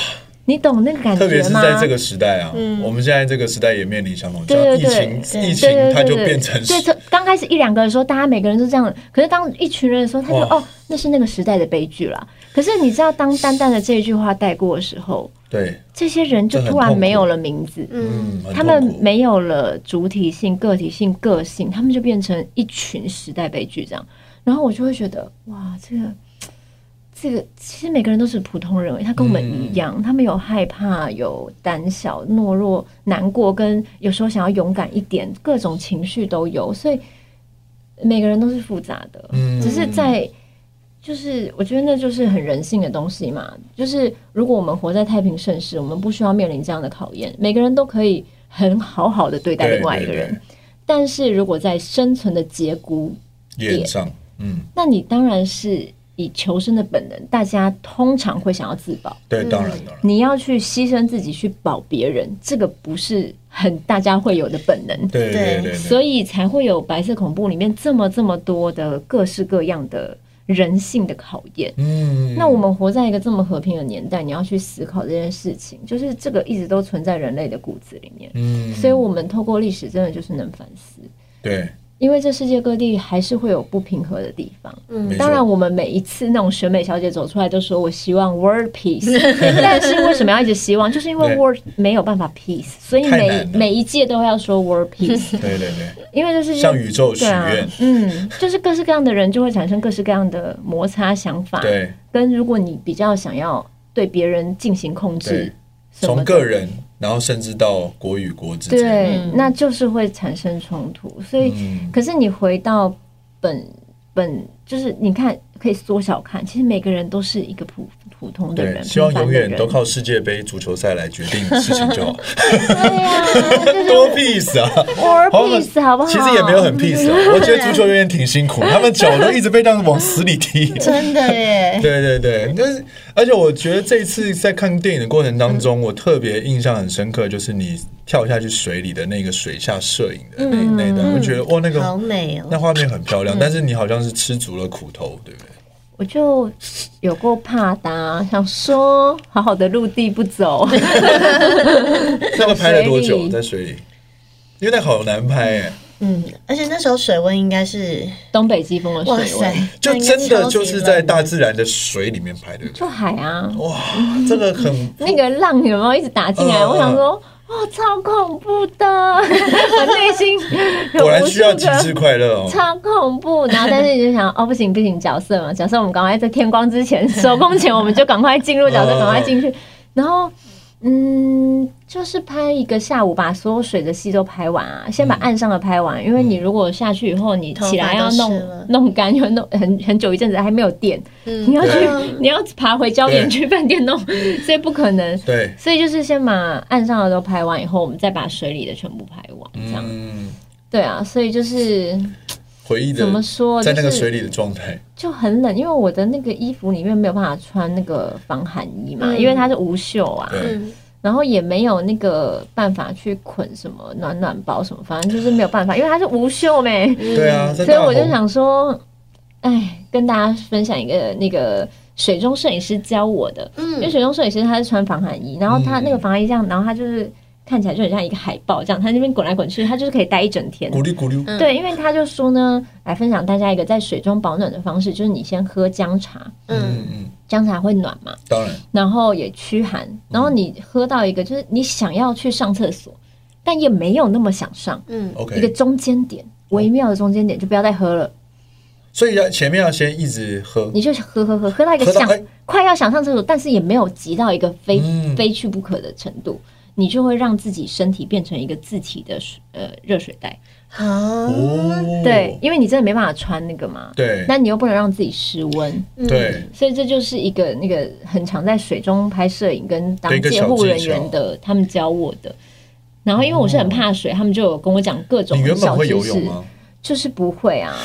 Speaker 1: 你懂那个感觉吗？
Speaker 3: 特
Speaker 1: 嗯
Speaker 3: 别是在这个时代啊，我们现在这个时代也面临相同，
Speaker 1: 对
Speaker 3: 像
Speaker 1: 对
Speaker 3: 疫
Speaker 1: 对
Speaker 3: 情，疫
Speaker 1: 对对
Speaker 3: 情它
Speaker 1: 对
Speaker 3: 就
Speaker 1: 对
Speaker 3: 变成是
Speaker 1: 对，从刚开始一两个人说，大家每个人都这样，可是当一群人的时候，他就
Speaker 3: 哇
Speaker 1: 哦，那是那个时代的悲剧啦。可是你知道，当淡淡的这一句话带过的时候，
Speaker 3: 对，
Speaker 1: 这些人就
Speaker 3: 这很
Speaker 1: 突然
Speaker 3: 痛苦
Speaker 1: 没有了名字，
Speaker 3: 嗯，很
Speaker 1: 他们
Speaker 3: 痛苦
Speaker 1: 没有了主体性、个体性、个性，他们就变成一群时代悲剧这样。然后我就会觉得，哇，这个。这个其实每个人都是普通人，他跟我们一样，
Speaker 3: 嗯
Speaker 1: 他们有害怕、有胆小、懦弱、难过，跟有时候想要勇敢一点，各种情绪都有，所以每个人都是复杂的。
Speaker 3: 嗯
Speaker 1: 只是在就是我觉得那就是很人性的东西嘛。就是如果我们活在太平盛世，我们不需要面临这样的考验，每个人都可以很好好的对待
Speaker 3: 对
Speaker 1: 另外一个
Speaker 3: 对
Speaker 1: 人。
Speaker 3: 对
Speaker 1: 但是如果在生存的节骨，
Speaker 3: 演上，嗯，
Speaker 1: 那你当然是以求生的本能，大家通常会想要自保。
Speaker 3: 对，当然当然，
Speaker 1: 你要去牺牲自己去保别人，这个不是很大家会有的本能。
Speaker 3: 对
Speaker 4: 对
Speaker 3: 对对对，
Speaker 1: 所以才会有白色恐怖里面这么这么多的各式各样的人性的考验。
Speaker 3: 嗯，
Speaker 1: 那我们活在一个这么和平的年代，你要去思考这件事情，就是这个一直都存在人类的骨子里面。
Speaker 3: 嗯，
Speaker 1: 所以，我们透过历史，真的就是能反思，
Speaker 3: 对，
Speaker 1: 因为这世界各地还是会有不平和的地方。
Speaker 3: 没
Speaker 1: 嗯当然，
Speaker 3: 错，
Speaker 1: 我们每一次那种选美小姐走出来都说我希望 world peace，但是为什么要一直希望？就是因为
Speaker 3: 对
Speaker 1: world 没有办法 peace，所以
Speaker 3: 太
Speaker 1: 每
Speaker 3: 难了
Speaker 1: 每一届都要说 world peace。
Speaker 3: 对对对，
Speaker 1: 因为就是
Speaker 3: 向宇宙许
Speaker 1: 对啊
Speaker 3: 愿，
Speaker 1: 嗯，就是各式各样的人就会产生各式各样的摩擦想法，
Speaker 3: 对，
Speaker 1: 跟如果你比较想要对别人进行控制
Speaker 3: 对，
Speaker 1: 什么
Speaker 3: 从
Speaker 1: 的
Speaker 3: 个人，然后甚至到国与国之间，
Speaker 1: 对，那就是会产生冲突。所以，
Speaker 3: 嗯
Speaker 1: 可是你回到本本，就是你看可以缩小看，其实每个人都是一个普普通的人，
Speaker 3: 对，希望
Speaker 1: 平凡
Speaker 3: 永
Speaker 1: 的
Speaker 3: 远
Speaker 1: 人
Speaker 3: 都靠世界杯足球赛来决 定事情就好，
Speaker 1: 对呀、哦就是
Speaker 3: 多 peace 啊
Speaker 1: war
Speaker 3: 好我们
Speaker 1: peace 好不好？
Speaker 3: 其实也没有很 peace，啊 我觉得足球员挺辛苦，他们脚都一直被这样往死 里踢。
Speaker 4: 真的 耶，
Speaker 3: 对对对，但是而且我觉得这一次在看电影的过程当
Speaker 1: 嗯
Speaker 3: 中，我特别印象很深刻，就是你跳下去水里的那个水下摄影的那、
Speaker 1: 嗯
Speaker 3: 那一段，我觉得哇，那个
Speaker 4: 好美哦
Speaker 3: 那画面很漂亮，但是你好像是吃足了苦头，对不对？
Speaker 1: 我就有过怕的啊、想说好好的陆地不走，
Speaker 3: 那个拍了多
Speaker 1: 水
Speaker 3: 久
Speaker 1: 里
Speaker 3: 在水里？因为那好难拍哎、
Speaker 4: 嗯，而且那时候水温应该是，
Speaker 1: 东北季风的
Speaker 4: 哇
Speaker 1: 水
Speaker 4: 塞
Speaker 1: 位，，
Speaker 3: 就
Speaker 4: 那应该
Speaker 3: 真的
Speaker 4: 超级
Speaker 3: 就是
Speaker 4: 冷
Speaker 3: 在
Speaker 4: 的
Speaker 3: 大自然的水里面拍的。
Speaker 1: 就海啊，
Speaker 3: 哇，这个很
Speaker 1: 那个浪有没有一直打进来？
Speaker 3: 嗯嗯
Speaker 1: 我想说，哇、超恐怖 的，我内心有
Speaker 3: 果然
Speaker 1: 无
Speaker 3: 需要
Speaker 1: 数
Speaker 3: 极致
Speaker 1: 个。
Speaker 3: 快乐哦。
Speaker 1: 超恐怖，然后但是你就想，哦不行不行，角色嘛，角色我们赶快在天光之前、收工前，我们就赶快进入角色，
Speaker 3: 嗯
Speaker 1: 赶快进去。然后，嗯，就是拍一个下午把所有水的戏都拍完啊，先
Speaker 3: 嗯
Speaker 1: 把岸上的拍完，因为你如果下去以后，你起来要
Speaker 4: 头发
Speaker 1: 弄
Speaker 4: 都湿了
Speaker 1: 弄干，又弄很很久一阵子还没有电，
Speaker 4: 嗯
Speaker 1: 你要去
Speaker 3: 对啊
Speaker 1: 你要爬回礁岩
Speaker 3: 对
Speaker 1: 去饭店弄， 所以不可能。
Speaker 3: 对，
Speaker 1: 所以就是先把岸上的都拍完以后，我们再把水里的全部拍完，这样。
Speaker 3: 嗯，
Speaker 1: 对啊，所以就是
Speaker 3: 回忆的
Speaker 1: 怎么说
Speaker 3: 在那个
Speaker 1: 就是
Speaker 3: 水里的状态，
Speaker 1: 就很冷，因为我的那个衣服里面没有办法穿那个防寒衣嘛，
Speaker 4: 嗯
Speaker 1: 因为它是无袖啊，
Speaker 3: 对，
Speaker 4: 嗯，
Speaker 1: 然后也没有那个办法去捆什么暖暖包什么，反正就是没有办法，因为它是无袖没。
Speaker 3: 对啊，
Speaker 1: 所
Speaker 3: 在
Speaker 1: 以
Speaker 3: 大
Speaker 1: 我就
Speaker 3: 红
Speaker 1: 想说，哎，跟大家分享一个那个水中摄影师教我的，
Speaker 4: 嗯
Speaker 1: 因为水中摄影师他是穿防寒衣，然后他
Speaker 3: 嗯
Speaker 1: 那个防寒衣这样，然后他就是看起来就很像一个海豹这样，他那边滚来滚去，他就是可以待一整天。
Speaker 3: 咕噜咕噜，
Speaker 1: 对，因为他就说呢，来分享大家一个在水中保暖的方式，就是你先喝姜茶，
Speaker 3: 嗯嗯，
Speaker 1: 姜茶会暖嘛，
Speaker 3: 当然，
Speaker 1: 然后也驱寒，然后你喝到一个就是你想要去上厕所，但也没有那么想上，
Speaker 4: 嗯
Speaker 1: 一个
Speaker 3: OK，
Speaker 1: 中间点，微妙的中间点，就不要再喝了。
Speaker 3: 所以要前面要先一直喝，
Speaker 1: 你就喝喝喝喝到一个
Speaker 3: 喝到
Speaker 1: 想
Speaker 3: 哎
Speaker 1: 快要想上厕所，但是也没有急到一个非、
Speaker 3: 嗯
Speaker 1: 非去不可的程度，你就会让自己身体变成一个自体的水呃热水袋。
Speaker 4: 好，
Speaker 3: 哦，
Speaker 1: 对，因为你真的没办法穿那个嘛。
Speaker 3: 对
Speaker 1: 那你又不能让自己失温，
Speaker 3: 对，
Speaker 1: 所以这就是一个那个很常在水中拍摄影跟当
Speaker 3: 对一个
Speaker 1: 介
Speaker 3: 小
Speaker 1: 护
Speaker 3: 技
Speaker 1: 人员
Speaker 3: 巧哦
Speaker 1: 的他们教我的。然后因为我是很怕水，他们就有跟我讲各种
Speaker 3: 你原本
Speaker 1: 小
Speaker 3: 会
Speaker 1: 知
Speaker 3: 游
Speaker 1: 识
Speaker 3: 泳。吗？
Speaker 1: 就是不会啊，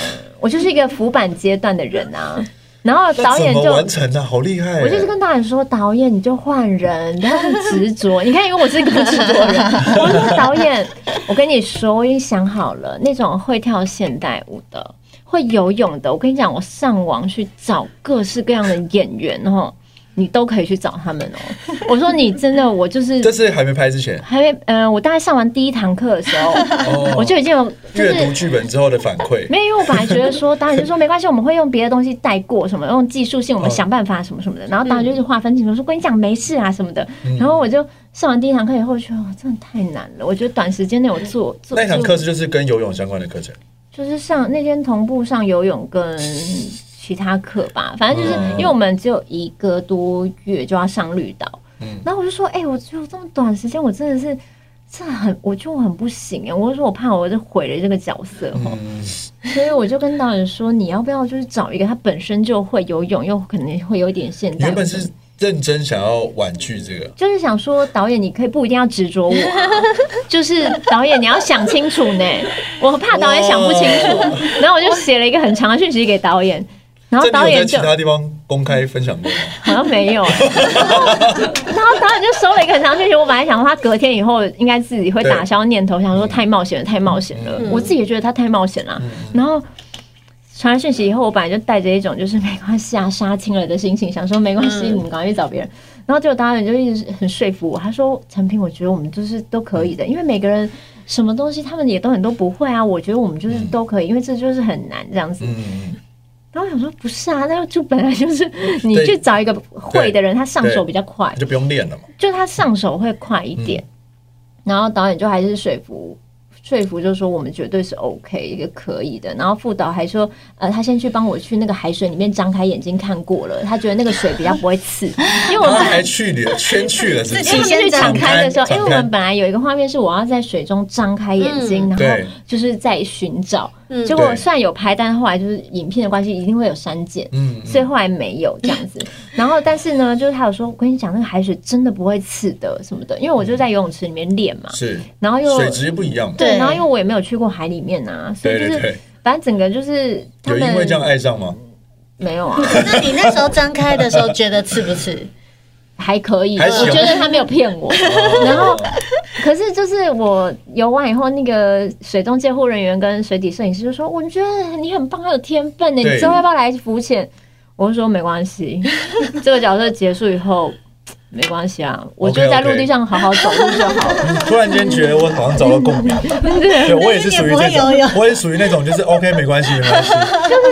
Speaker 1: 我就是一个浮板阶段的人啊。然后
Speaker 3: 那
Speaker 1: 导演
Speaker 3: 怎么
Speaker 1: 就
Speaker 3: 完成的？好厉害欸！
Speaker 1: 我就是跟导演说，导演你就换人，不要很执着。你看，因为我是一个很执着的人，我说导演，我跟你说，我已经想好了，那种会跳现代舞的，会游泳的，我跟你讲，我上网去找各式各样的演员哦，你都可以去找他们哦。我说你真的，我就是
Speaker 3: 这是还没拍之前，
Speaker 1: 还没，嗯、我大概上完第一堂课的时 候，
Speaker 3: 哦
Speaker 1: 我就已经有就
Speaker 3: 阅读
Speaker 1: 是。
Speaker 3: 剧本之后的反馈，
Speaker 1: 没有，因为我本来觉得说，导演就说没关系，我们会用别的东西带过，什么用技术性，我们
Speaker 3: 哦
Speaker 1: 想办法什么什么的。然后导演就是划分清楚，说跟你讲没事啊什么的。
Speaker 3: 嗯
Speaker 1: 然后我就上完第一堂课以后，觉得哦，真的太难了。我觉得短时间内我做做
Speaker 3: 那一堂
Speaker 1: 做
Speaker 3: 课是就是跟游泳相关的课程，
Speaker 1: 就是上那天同步上游泳跟其他课吧，反正就是
Speaker 3: 嗯
Speaker 1: 因为我们只有一个多月就要上绿岛，
Speaker 3: 嗯
Speaker 1: 然后我就说，哎、我只有这么短时间，我真的是。这很，我就很不行哎！我就说我怕我就毁了这个角色哦，
Speaker 3: 嗯，
Speaker 1: 所以我就跟导演说，你要不要就是找一个他本身就会游泳，又可能会有点现代
Speaker 3: 原
Speaker 1: 舞的，
Speaker 3: 本是认真想要婉拒这个，
Speaker 1: 就是想说导演，你可以不一定要执着我啊、 就是导演你要想清楚呢，我怕导演想不清楚，然后我就写了一个很长的讯息给导演，然后
Speaker 3: 这
Speaker 1: 导
Speaker 3: 你有在
Speaker 1: 演
Speaker 3: 其
Speaker 1: 就
Speaker 3: 他地方公开分享过吗？
Speaker 1: 好像没有、欸，然后导演就收了一个很长的讯息，我本来想说他隔天以后应该自己会打消念头，想说太冒险了，太冒险了，我自己也觉得他太冒险了，然后。传完讯息以后，我本来就带着一种就是没关系啊，杀青了的心情，想说没关系，你们赶快去找别人。然后结果导演就一直很说服我，他说：“陈平，我觉得我们就是都可以的，因为每个人什么东西他们也都很多不会啊，我觉得我们就是都可以，因为这就是很难这样子。
Speaker 3: 嗯，
Speaker 1: 然后我想说不是啊，那就本来 就是你
Speaker 3: 对
Speaker 1: 去找一个会的人，他上手
Speaker 3: 对
Speaker 1: 比较快
Speaker 3: 你，就不用练了嘛。
Speaker 1: 嗯就他上手会快一点。
Speaker 3: 嗯
Speaker 1: 然后导演就还是说服。说服就说我们绝对是 OK 一个可以的，然后副导还说，呃，他先去帮我去那个海水里面张开眼睛看过了，他觉得那个水比较不会 刺，因为我
Speaker 3: 他
Speaker 1: 们
Speaker 3: 还去 了，先去了，是不
Speaker 1: 因为他
Speaker 4: 自己
Speaker 3: 是？
Speaker 1: 们去敞开的时候，
Speaker 3: 敞开
Speaker 1: 因为我们本来有一个画面是我要在水中张开眼睛，然后
Speaker 3: 嗯对
Speaker 1: 就是在寻找。
Speaker 4: 嗯
Speaker 1: 结果
Speaker 3: 对
Speaker 1: 虽然有拍，但是后来就是影片的关系，一定会有删减。
Speaker 3: 嗯，
Speaker 1: 所以后来没有这样子，然后但是呢，就是他有说，我跟你讲，那个海水真的不会刺的什么的，因为我就在游泳池里面练嘛，
Speaker 3: 是
Speaker 1: 然后又
Speaker 3: 水质不一样嘛。
Speaker 1: 对，
Speaker 4: 对
Speaker 1: 然后因为我也没有去过海里面啊，所以
Speaker 3: 对
Speaker 1: 就
Speaker 3: 对
Speaker 1: 是
Speaker 3: 对，
Speaker 1: 反正整个就是他
Speaker 3: 有
Speaker 1: 们
Speaker 3: 因为这样爱哎 上吗？
Speaker 1: 没有啊，
Speaker 4: 那你那时候张开的时候觉得刺不刺？
Speaker 1: 还可以，
Speaker 3: 还
Speaker 1: 我
Speaker 3: 行
Speaker 1: 觉得他没有骗我。
Speaker 3: 哦
Speaker 1: 然后，可是就是我游完以后，那个水中监护人员跟水底摄影师就说：“我觉得你很棒，很有天分欸呢，你
Speaker 3: 对
Speaker 1: 之后要不要来浮潜？”我就说：“没关 系，这个角色结束以后。”没关系啊，我就在陆地上好好走路就好 了。
Speaker 3: 突然间觉得我好像找到共 鸣，对我也是属于
Speaker 4: 那
Speaker 3: 这
Speaker 4: 你也不会游泳
Speaker 3: 种，我也属于那种就是 OK 没关系 没关系，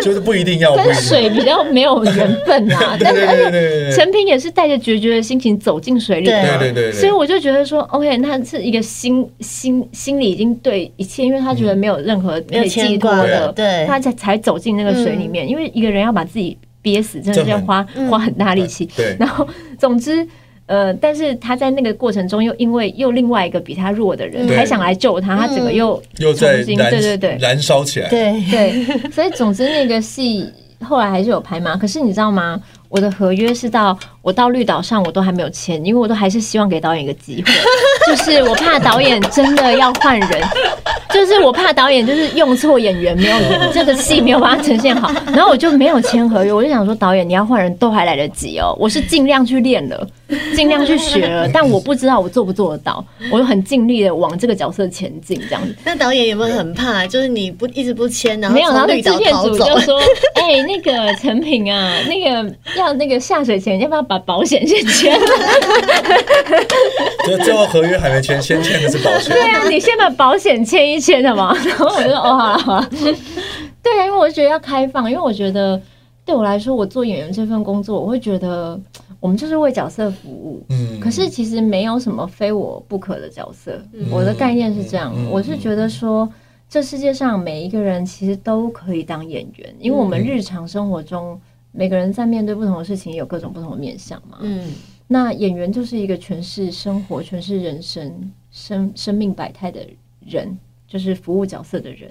Speaker 3: 就是不一定要不
Speaker 1: 跟
Speaker 3: 一定
Speaker 1: 水比较没有缘分啊
Speaker 3: 哦 ，对
Speaker 1: 但
Speaker 3: 对
Speaker 1: 是
Speaker 3: 对
Speaker 1: 而且
Speaker 3: 对对对对
Speaker 1: 陈平也是带着决绝的心情走进水里的，
Speaker 4: 对
Speaker 3: 对对对，对
Speaker 1: 啊所以我就觉得说，OK，那是一个心心心里已经对一切，因为他觉得没有任何可以寄托
Speaker 4: 没有牵
Speaker 1: 的，
Speaker 4: 挂对
Speaker 1: 他才才走进那个水里面。因为一个人要把自己憋死，真的是要花花很大力气。
Speaker 3: 对
Speaker 1: 然后总之。呃，但是他在那个过程中，又因为又另外一个比他弱的人
Speaker 3: 对
Speaker 1: 还想来救他，他整个又
Speaker 3: 又在
Speaker 1: 重新
Speaker 3: 燃
Speaker 1: 对对对
Speaker 3: 燃烧起来，
Speaker 4: 对，
Speaker 1: 对，所以总之那个戏后来还是有拍嘛。可是你知道吗？我的合约是到我到绿岛上，我都还没有签，因为我都还是希望给导演一个机会，就是我怕导演真的要换人，就是我怕导演就是用错演员，没有这个戏没有把它呈现好，然后我就没有签合约，我就想说导演你要换人都还来得及哦，我是尽量去练了，尽量去学了，但我不知道我做不做得到，我就很尽力的往这个角色前进这样子。
Speaker 4: 那导演有没有很怕？就是你不一直不签，然后
Speaker 1: 没有，然后那
Speaker 4: 从绿岛
Speaker 1: 制片
Speaker 4: 逃
Speaker 1: 组
Speaker 4: 走？
Speaker 1: 就说：“哎、那个陈品啊，那个要那个下水前，要不要把保险先签了？
Speaker 3: 就最后合约还没签，先签的是保 险
Speaker 1: 对，啊，你先把保险签一签，好 吗？”然后我就说：“哦，好啊好啊。”对啊，因为我就觉得要开放，因为我觉得对我来说，我做演员这份工作，我会觉得我们就是为角色服务。
Speaker 3: 嗯，
Speaker 1: 可是其实没有什么非我不可的角色，我的概念是这样，
Speaker 3: 嗯
Speaker 1: 我是觉得说，这世界上每一个人其实都可以当演员，因为我
Speaker 3: 嗯
Speaker 1: 们日常生活中每个人在面对不同的事情，有各种不同的面向嘛。
Speaker 4: 嗯，
Speaker 1: 那演员就是一个诠释生活、诠释人生、生生命百态的人，就是服务角色的人。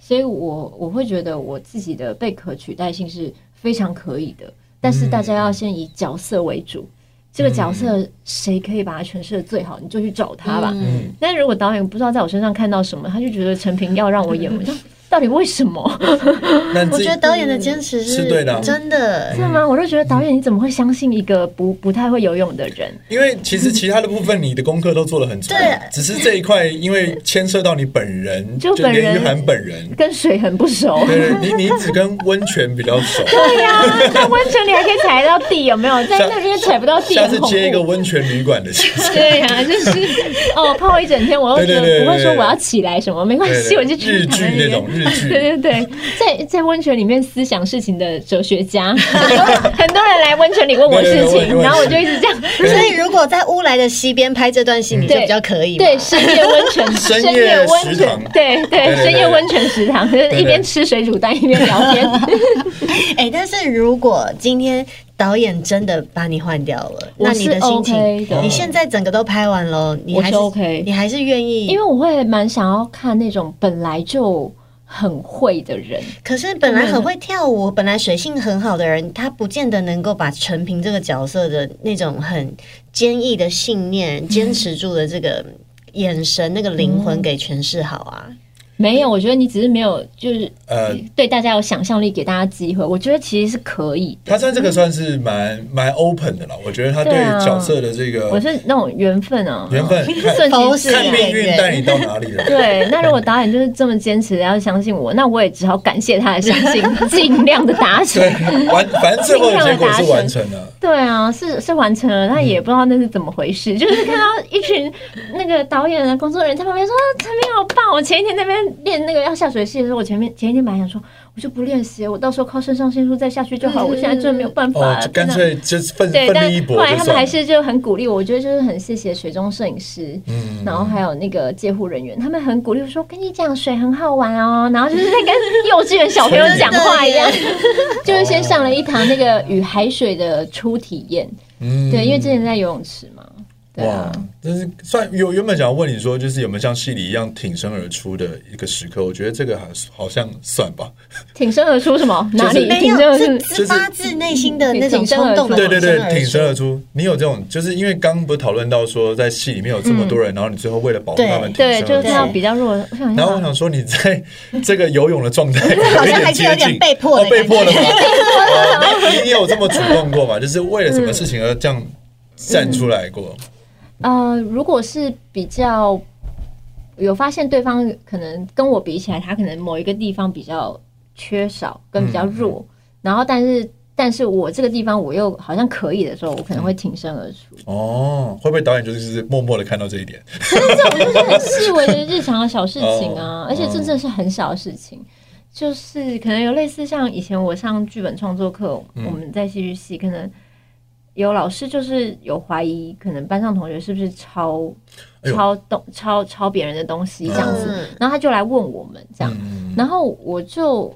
Speaker 1: 所以我我会觉得我自己的被可取代性是非常可以的，但是大家要先以角色为主。这个角色谁可以把它诠释的最好，你就去找他吧。
Speaker 4: 嗯
Speaker 1: 但如果导演不知道在我身上看到什么，他就觉得陈平要让我演，我就到底为什么？
Speaker 3: 那
Speaker 4: 我觉
Speaker 3: 自己
Speaker 4: 得导演的坚持
Speaker 3: 是对的啊
Speaker 4: 真的
Speaker 1: 真。的吗？我就觉得导演你怎么会相信一个不不太会游泳的人？
Speaker 3: 因为其实其他的部分你的功课都做得很足
Speaker 4: 对，
Speaker 3: 只是这一块因为牵涉到你本人，
Speaker 1: 就本人
Speaker 3: 连于涵本 人，
Speaker 1: 跟水很不熟。
Speaker 3: 对你你只跟温泉比较 熟，
Speaker 1: 对呀、在温泉里还可以踩得到地，有没有？在
Speaker 3: 下
Speaker 1: 那边踩不到地，
Speaker 3: 下
Speaker 1: 很
Speaker 3: 次
Speaker 1: 恐
Speaker 3: 接一个
Speaker 1: 怖。
Speaker 3: 温泉旅馆的行程。
Speaker 1: 对呀、就是哦，泡一整天，我又觉
Speaker 3: 对对对
Speaker 1: 得
Speaker 3: 对
Speaker 1: 不会说我要起来什么，没关系，我就去
Speaker 3: 日剧那种日剧
Speaker 1: 对对对，在在温泉里面思想事情的哲学家， 很多很多人来温泉里问我
Speaker 3: 对对
Speaker 1: 事
Speaker 3: 对
Speaker 1: 情，
Speaker 3: 问
Speaker 1: 然后我就一直 这样。
Speaker 4: 所以如果在乌来的西边拍这段戏，你就
Speaker 1: 对
Speaker 4: 比较可以嘛。
Speaker 1: 对，深夜温泉，
Speaker 3: 深夜
Speaker 1: 温
Speaker 3: 食堂
Speaker 1: 泉，对对
Speaker 3: 对，对
Speaker 1: 深夜温泉食堂，就是一边吃水煮蛋一边聊 天。
Speaker 4: 哎、但是如果今天导演真的把你换掉了，
Speaker 1: 我
Speaker 4: 那
Speaker 1: 是
Speaker 4: 你的心情
Speaker 1: OK 的
Speaker 4: 你现在整个都拍完了，你还是
Speaker 1: 我是 OK
Speaker 4: 你还是愿意？
Speaker 1: 因为我会蛮想要看那种本来就很会的人，
Speaker 4: 可是本来很会跳舞、本来水性很好的人，他不见得能够把陈平这个角色的那种很坚毅的信念、坚持住的这个眼神、那个灵魂给诠释好啊。
Speaker 1: 没有，我觉得你只是没有，就是
Speaker 3: 呃，
Speaker 1: 对大家有想象力，给大家机会，我觉得其实是可以的。
Speaker 3: 他在这个算是蛮蛮 open 的了，我觉得他对
Speaker 1: 对啊
Speaker 3: 角色的这
Speaker 1: 我
Speaker 3: 个
Speaker 1: 是那种缘分啊，
Speaker 3: 呃 缘分看
Speaker 1: 顺其自
Speaker 3: 看
Speaker 1: 然。
Speaker 3: 命运带你到哪里了。
Speaker 1: 对，那如果导演就是这么坚持的要相信我，那我也只好感谢他的相 信，尽量的达成
Speaker 3: 对。，完，反正最后的结果是完成了。
Speaker 1: 对啊，是是完成了，
Speaker 3: 嗯
Speaker 1: 但也不知道那是怎么回 事。就是看到一群那个导演的工作人员在旁边说：“啊陈明好棒！”我前一天在那边练那个要下水戏的时候，我前面前一天本来想说，我就不练习，我到时候靠肾上腺素再下去就好。我现在真的没有办法
Speaker 3: 哦
Speaker 1: 了，，
Speaker 3: 就
Speaker 1: 真
Speaker 3: 干
Speaker 1: 的
Speaker 3: 脆就是奋
Speaker 1: 对，
Speaker 3: 奋
Speaker 1: 但
Speaker 3: 力一搏
Speaker 1: 后来
Speaker 3: 就
Speaker 1: 他们
Speaker 3: 算了。
Speaker 1: 还是就很鼓励我，我觉得就是很谢谢水中摄影师，
Speaker 3: 嗯
Speaker 1: 然后还有那个介护人员，他们很鼓励我说：“跟你讲，水很好玩哦。”然后就是在跟幼稚园小朋友讲话一样，就是先上了一堂那个与海水的初体验。
Speaker 3: 哦嗯
Speaker 1: 对，因为之前在游泳池嘛。对啊，，
Speaker 3: 就是算有原本想要问你说，就是有没有像戏里一样挺身而出的一个时刻？我觉得这个还好像算吧。
Speaker 1: 挺身而出什么？
Speaker 3: 是
Speaker 1: 哪里
Speaker 4: 没
Speaker 1: 挺
Speaker 4: 有
Speaker 1: 身，而
Speaker 4: 是
Speaker 1: 出？
Speaker 4: 是发自内心的那种
Speaker 1: 嗯挺身
Speaker 4: 冲
Speaker 1: 而
Speaker 4: 动的，
Speaker 1: 出
Speaker 3: 对对对，挺身
Speaker 4: 身
Speaker 3: 而出。你有这种，就是因为刚刚不是讨论到说，在戏里面有这么多人，然后你最后为了保护他们
Speaker 1: 嗯
Speaker 3: 挺
Speaker 1: 对，
Speaker 3: 身
Speaker 1: 就是嗯
Speaker 3: 而
Speaker 1: 看到
Speaker 3: 出。
Speaker 1: 比较弱的，我想一
Speaker 3: 然后我
Speaker 1: 下，
Speaker 3: 想说，你在这个游泳的 状态好
Speaker 4: 好像还是有点被迫的
Speaker 3: 哦，被迫了吗？
Speaker 4: 感
Speaker 3: 哦你你有这么主动过吗？就是为了什
Speaker 1: 嗯
Speaker 3: 么事情而这样站出来过？
Speaker 1: 呃，如果是比较有发现对方可能跟我比起来，他可能某一个地方比较缺少跟比较弱，然后但是但是我这个地方我又好像可以的时候，我可能会挺身而出。
Speaker 3: 哦，会不会导演就是默默的看到这一点？
Speaker 1: 就是很细微 的日常的小事情啊
Speaker 3: 哦，
Speaker 1: 而且这真的是很小的事情，就是可能有类似像以前我上剧本创作课，
Speaker 3: 嗯
Speaker 1: 我们在戏剧系可能有老师就是有怀疑，可能班上同学是不是抄
Speaker 3: 哎呦
Speaker 1: 抄东抄抄别人的东西这样子
Speaker 4: 嗯，
Speaker 1: 然后他就来问我们这样，
Speaker 3: 嗯，
Speaker 1: 然后我就。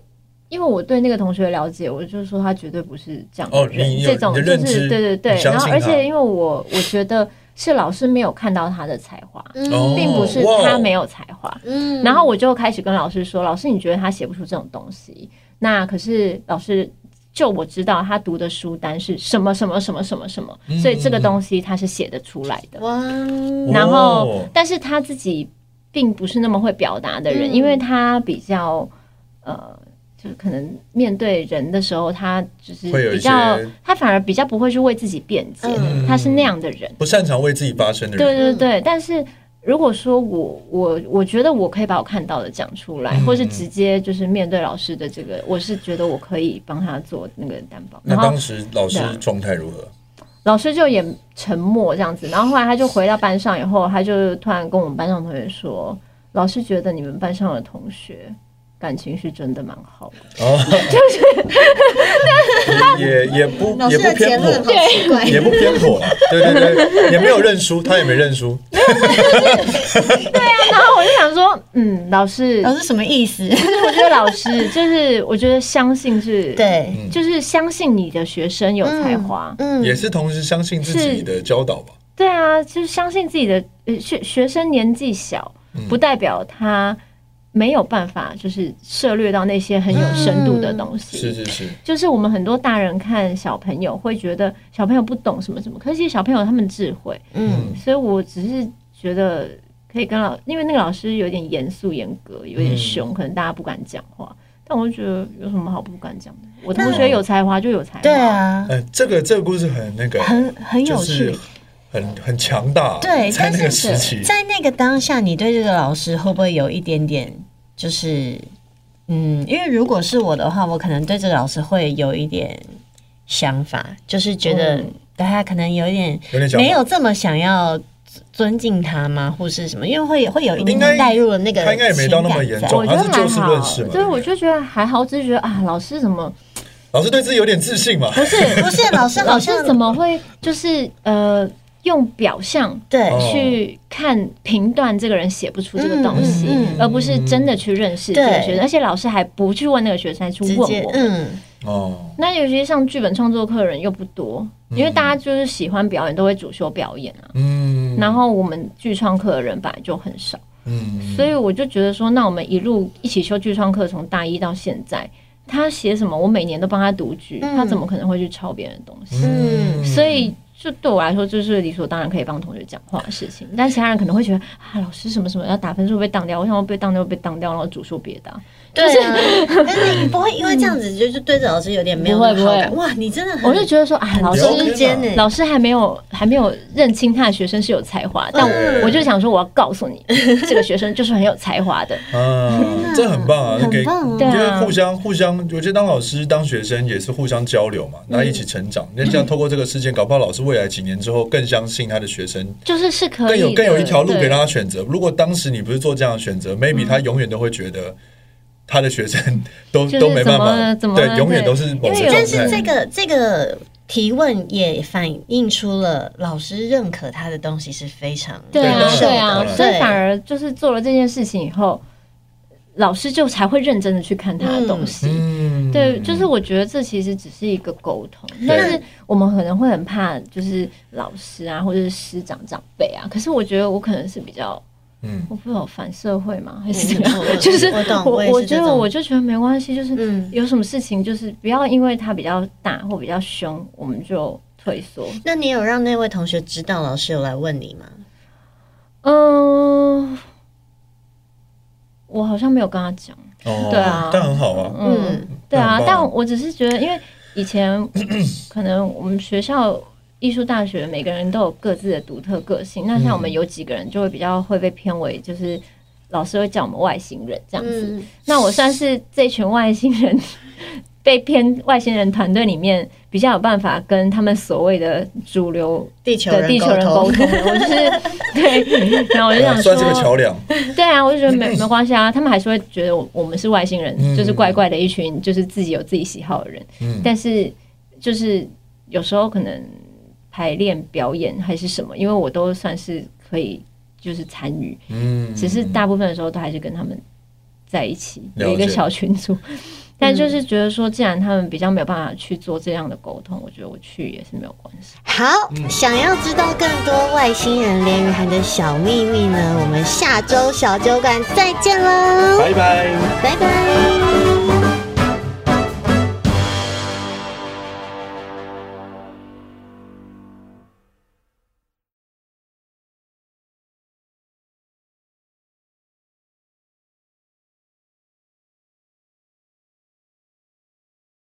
Speaker 1: 因为我对那个同学了解，我就说他绝对不是这样的
Speaker 3: 哦
Speaker 1: 人，
Speaker 3: 你有
Speaker 1: 这种
Speaker 3: 你的
Speaker 1: 就
Speaker 3: 认知
Speaker 1: 是对对
Speaker 3: 你
Speaker 1: 对。
Speaker 3: 相
Speaker 1: 然后，
Speaker 3: 信
Speaker 1: 而
Speaker 3: 他
Speaker 1: 且因为我我觉得是老师没有看到他的才华，
Speaker 3: 哦
Speaker 1: 并不是
Speaker 3: 哇
Speaker 1: 他
Speaker 3: 哦
Speaker 1: 没有才华。
Speaker 4: 嗯
Speaker 1: 然后我就开始跟老师说：“老师，你觉得他写不出这种东西？那可是老师，就我知道他读的书单是什么什么什么什么什么，
Speaker 3: 嗯
Speaker 1: 所以这个东西他是写得出来的。
Speaker 4: 哇，
Speaker 1: 然后
Speaker 3: 哦，
Speaker 1: 但是他自己并不是那么会表达的人，
Speaker 4: 嗯
Speaker 1: 因为他比较呃。”就是可能面对人的时候，他就是
Speaker 3: 会有一
Speaker 1: 比较
Speaker 3: 些，
Speaker 1: 他反而比较不会去为自己辩解，
Speaker 4: 嗯
Speaker 1: 他是那样的人。
Speaker 3: 不擅长为自己发声的人，
Speaker 1: 对对对，但是如果说我我我觉得我可以把我看到的讲出来，
Speaker 3: 嗯
Speaker 1: 或是直接就是面对老师的这个，我是觉得我可以帮他做那个担保。
Speaker 3: 那
Speaker 1: 然后
Speaker 3: 当时老师状态如何？
Speaker 1: 老师就也沉默这样子，然后后来他就回到班上以后，他就突然跟我们班上同学说，老师觉得你们班上的同学。感情是真的蛮好的，
Speaker 3: 哦， 就是哦也也不
Speaker 4: 老
Speaker 3: 也
Speaker 4: 师
Speaker 3: 不
Speaker 4: 的结
Speaker 3: 偏
Speaker 4: 论好
Speaker 3: 颇，
Speaker 4: 奇怪，
Speaker 3: 也不偏颇啊，对对对，也没有认输，他也没认输，
Speaker 1: 然后我就想说，嗯，老师，
Speaker 4: 老师什么意思？
Speaker 1: 我觉得老师就是，我觉得相信是，，
Speaker 4: 对，
Speaker 1: 就是相信你的学生有才华，
Speaker 4: 嗯
Speaker 3: 也是同时相信自己的教导吧。
Speaker 1: 对啊，就是相信自己的呃学学生年纪小，
Speaker 3: 嗯
Speaker 1: 不代表他没有办法，就是涉略到那些很有深度的东西。
Speaker 3: 嗯是是是，
Speaker 1: 就是我们很多大人看小朋友会觉得小朋友不懂什么什么，可是其实小朋友有他们智慧，
Speaker 4: 嗯
Speaker 1: 所以我只是觉得。可以跟老，因为那个老师有点严肃、严格，有点
Speaker 3: 嗯
Speaker 1: 凶，可能大家不敢讲话。但我就觉得有什么好不敢讲的？我同学有才华就有才华，
Speaker 4: 对，啊，
Speaker 3: 哎，这个这个故事很那个，
Speaker 4: 很很有
Speaker 3: 就是
Speaker 4: 趣。
Speaker 3: 很很强大。
Speaker 4: 对
Speaker 3: 哦在那个
Speaker 4: 但是
Speaker 3: 时期，
Speaker 4: 在那个当下，你对这个老师会不会有一点点就是嗯？因为如果是我的话，我可能对这个老师会有一点想法，就是觉得
Speaker 1: 嗯
Speaker 4: 大家可能有一点
Speaker 3: 有点想法
Speaker 4: 没有这么想要尊尊敬他吗，或是什么？因为会会有一点
Speaker 3: 应该
Speaker 4: 点带入了那个
Speaker 3: 他应该也没到那么严重
Speaker 4: 情感在
Speaker 1: 我觉得还
Speaker 3: 他是就事论
Speaker 1: 好
Speaker 3: 事嘛，
Speaker 1: 就是我就觉得还好，只是觉得啊，老师怎么
Speaker 3: 老师对自己有点自信嘛。
Speaker 1: 不是
Speaker 4: 不是老师好
Speaker 1: 老师
Speaker 4: 像
Speaker 1: 怎么会就是呃用表象
Speaker 4: 对
Speaker 3: 哦
Speaker 1: 去看评断这个人写不出这个东西，
Speaker 4: 嗯嗯嗯
Speaker 1: 而不是真的去认识这个学生，而且老师还不去问那个学生，还去
Speaker 4: 直
Speaker 1: 问
Speaker 4: 接
Speaker 1: 我。
Speaker 4: 嗯
Speaker 3: 哦，
Speaker 1: 那尤其上剧本创作课的人又不多，
Speaker 4: 嗯
Speaker 1: 因为大家就是喜欢表演，都会主修表演啊。
Speaker 3: 嗯，
Speaker 1: 然后我们剧创课的人本来就很少，
Speaker 3: 嗯，
Speaker 1: 所以我就觉得说，那我们一路一起修剧创课，从大一到现在，他写什么，我每年都帮他读剧，
Speaker 4: 嗯
Speaker 1: 他怎么可能会去抄别人的东西？
Speaker 4: 嗯
Speaker 1: 所以就对我来说，就是理所当然可以帮同学讲话的事情。但其他人可能会觉得啊，老师什么什么要打分数被当掉，我想要被当掉被当掉，然后主说别的啊、
Speaker 4: 对啊， 但是你不会因为这样子就就对这老师有点没有
Speaker 1: 不会
Speaker 4: 那么好感
Speaker 1: 不
Speaker 4: 哇？你真的很
Speaker 1: 我就觉得说啊，老
Speaker 4: 很
Speaker 1: 师
Speaker 3: 了解
Speaker 4: 中间呢，
Speaker 1: 老师还没有还没有认清他的学生是有才华，但我我就想说，我要告诉你，这个学生就是很有才华 的。
Speaker 3: 啊，这很棒啊，
Speaker 4: 很棒啊
Speaker 3: 给
Speaker 1: 对
Speaker 3: 因
Speaker 1: 啊
Speaker 3: 为互相互相，我觉得当老师当学生也是互相交流嘛，大家一起成
Speaker 4: 嗯
Speaker 3: 长。那这样透过这个事件，搞不好老师未来几年之后更相信他的学生，
Speaker 1: 就是是可
Speaker 3: 更
Speaker 1: 以
Speaker 3: 有更有
Speaker 1: 的
Speaker 3: 一条路
Speaker 1: 对
Speaker 3: 给让他选择。如果当时你不是做这样的选择，maybe
Speaker 4: 嗯
Speaker 3: 他永远都会觉得他的学生都
Speaker 1: 就是
Speaker 3: 都没办法，
Speaker 1: 怎么怎么
Speaker 3: 对，永远
Speaker 1: 对
Speaker 3: 都是某
Speaker 1: 因
Speaker 3: 种
Speaker 1: 为有
Speaker 4: 但
Speaker 3: 状
Speaker 4: 是这
Speaker 3: 态。
Speaker 4: 个这个提问也反映出了老师认可他的东西是非常
Speaker 1: 对啊
Speaker 3: 当
Speaker 4: 优
Speaker 3: 然
Speaker 4: 秀
Speaker 1: 对
Speaker 4: 的
Speaker 1: 啊，
Speaker 3: 当然
Speaker 1: 所以反而就是做了这件事情以后，老师就才会认真的去看他的东西。
Speaker 3: 嗯
Speaker 1: 对，就是我觉得这其实只是一个沟通，但是我们可能会很怕，就是老师啊，或者是师长长辈啊。可是我觉得我可能是比较，
Speaker 3: 嗯
Speaker 1: 我不知道反社会吗？还是怎么
Speaker 4: 嗯我
Speaker 1: 样？ 就是
Speaker 4: 我懂我
Speaker 1: 我
Speaker 4: 也是
Speaker 1: 我
Speaker 4: 这
Speaker 1: 觉
Speaker 4: 种
Speaker 1: 得我就觉得没关系，就是
Speaker 4: 嗯。
Speaker 1: 有什么事情就是不要因为他比较大或比较凶，我们就退缩。
Speaker 4: 那你有让那位同学知道老师有来问你吗？
Speaker 1: 嗯，我好像没有跟他讲。
Speaker 3: 哦
Speaker 1: 对啊
Speaker 3: 但很好啊，
Speaker 1: 嗯，对啊
Speaker 3: 很，棒
Speaker 1: 但我只是觉得，因为以前 可能我们学校艺术大学每个人都有各自的独特个性，那像我们有几个人就会比较会被偏为就是。老师会叫我们外星人这样子，
Speaker 4: 嗯，
Speaker 1: 那我算是这群外星人 被偏外星人团队里面比较有办法跟他们所谓的主流
Speaker 4: 地球
Speaker 1: 的
Speaker 4: 人
Speaker 1: 地球人沟
Speaker 4: 沟
Speaker 1: 通的，我就是对，然后我就想说
Speaker 3: 算是个桥梁。
Speaker 1: 对啊，我就觉得没没关系啊，他们还是会觉得我我们是外星人，
Speaker 3: 嗯
Speaker 1: 就是怪怪的一群，就是自己有自己喜好的人。
Speaker 3: 嗯
Speaker 1: 但是就是有时候可能排练、表演还是什么，因为我都算是可以就是参与，
Speaker 3: 嗯，
Speaker 1: 只是大部分的时候都还是跟他们在一起
Speaker 3: 了
Speaker 1: 有一个
Speaker 3: 解
Speaker 1: 小群组。 嗯但就是觉得说，既然他们比较没有办法去做这样的沟通，我觉得我去也是没有关系。
Speaker 4: 好，想要知道更多外星人连雨涵的小秘密呢？我们下周小酒馆再见喽，
Speaker 3: 拜拜。
Speaker 4: 拜拜。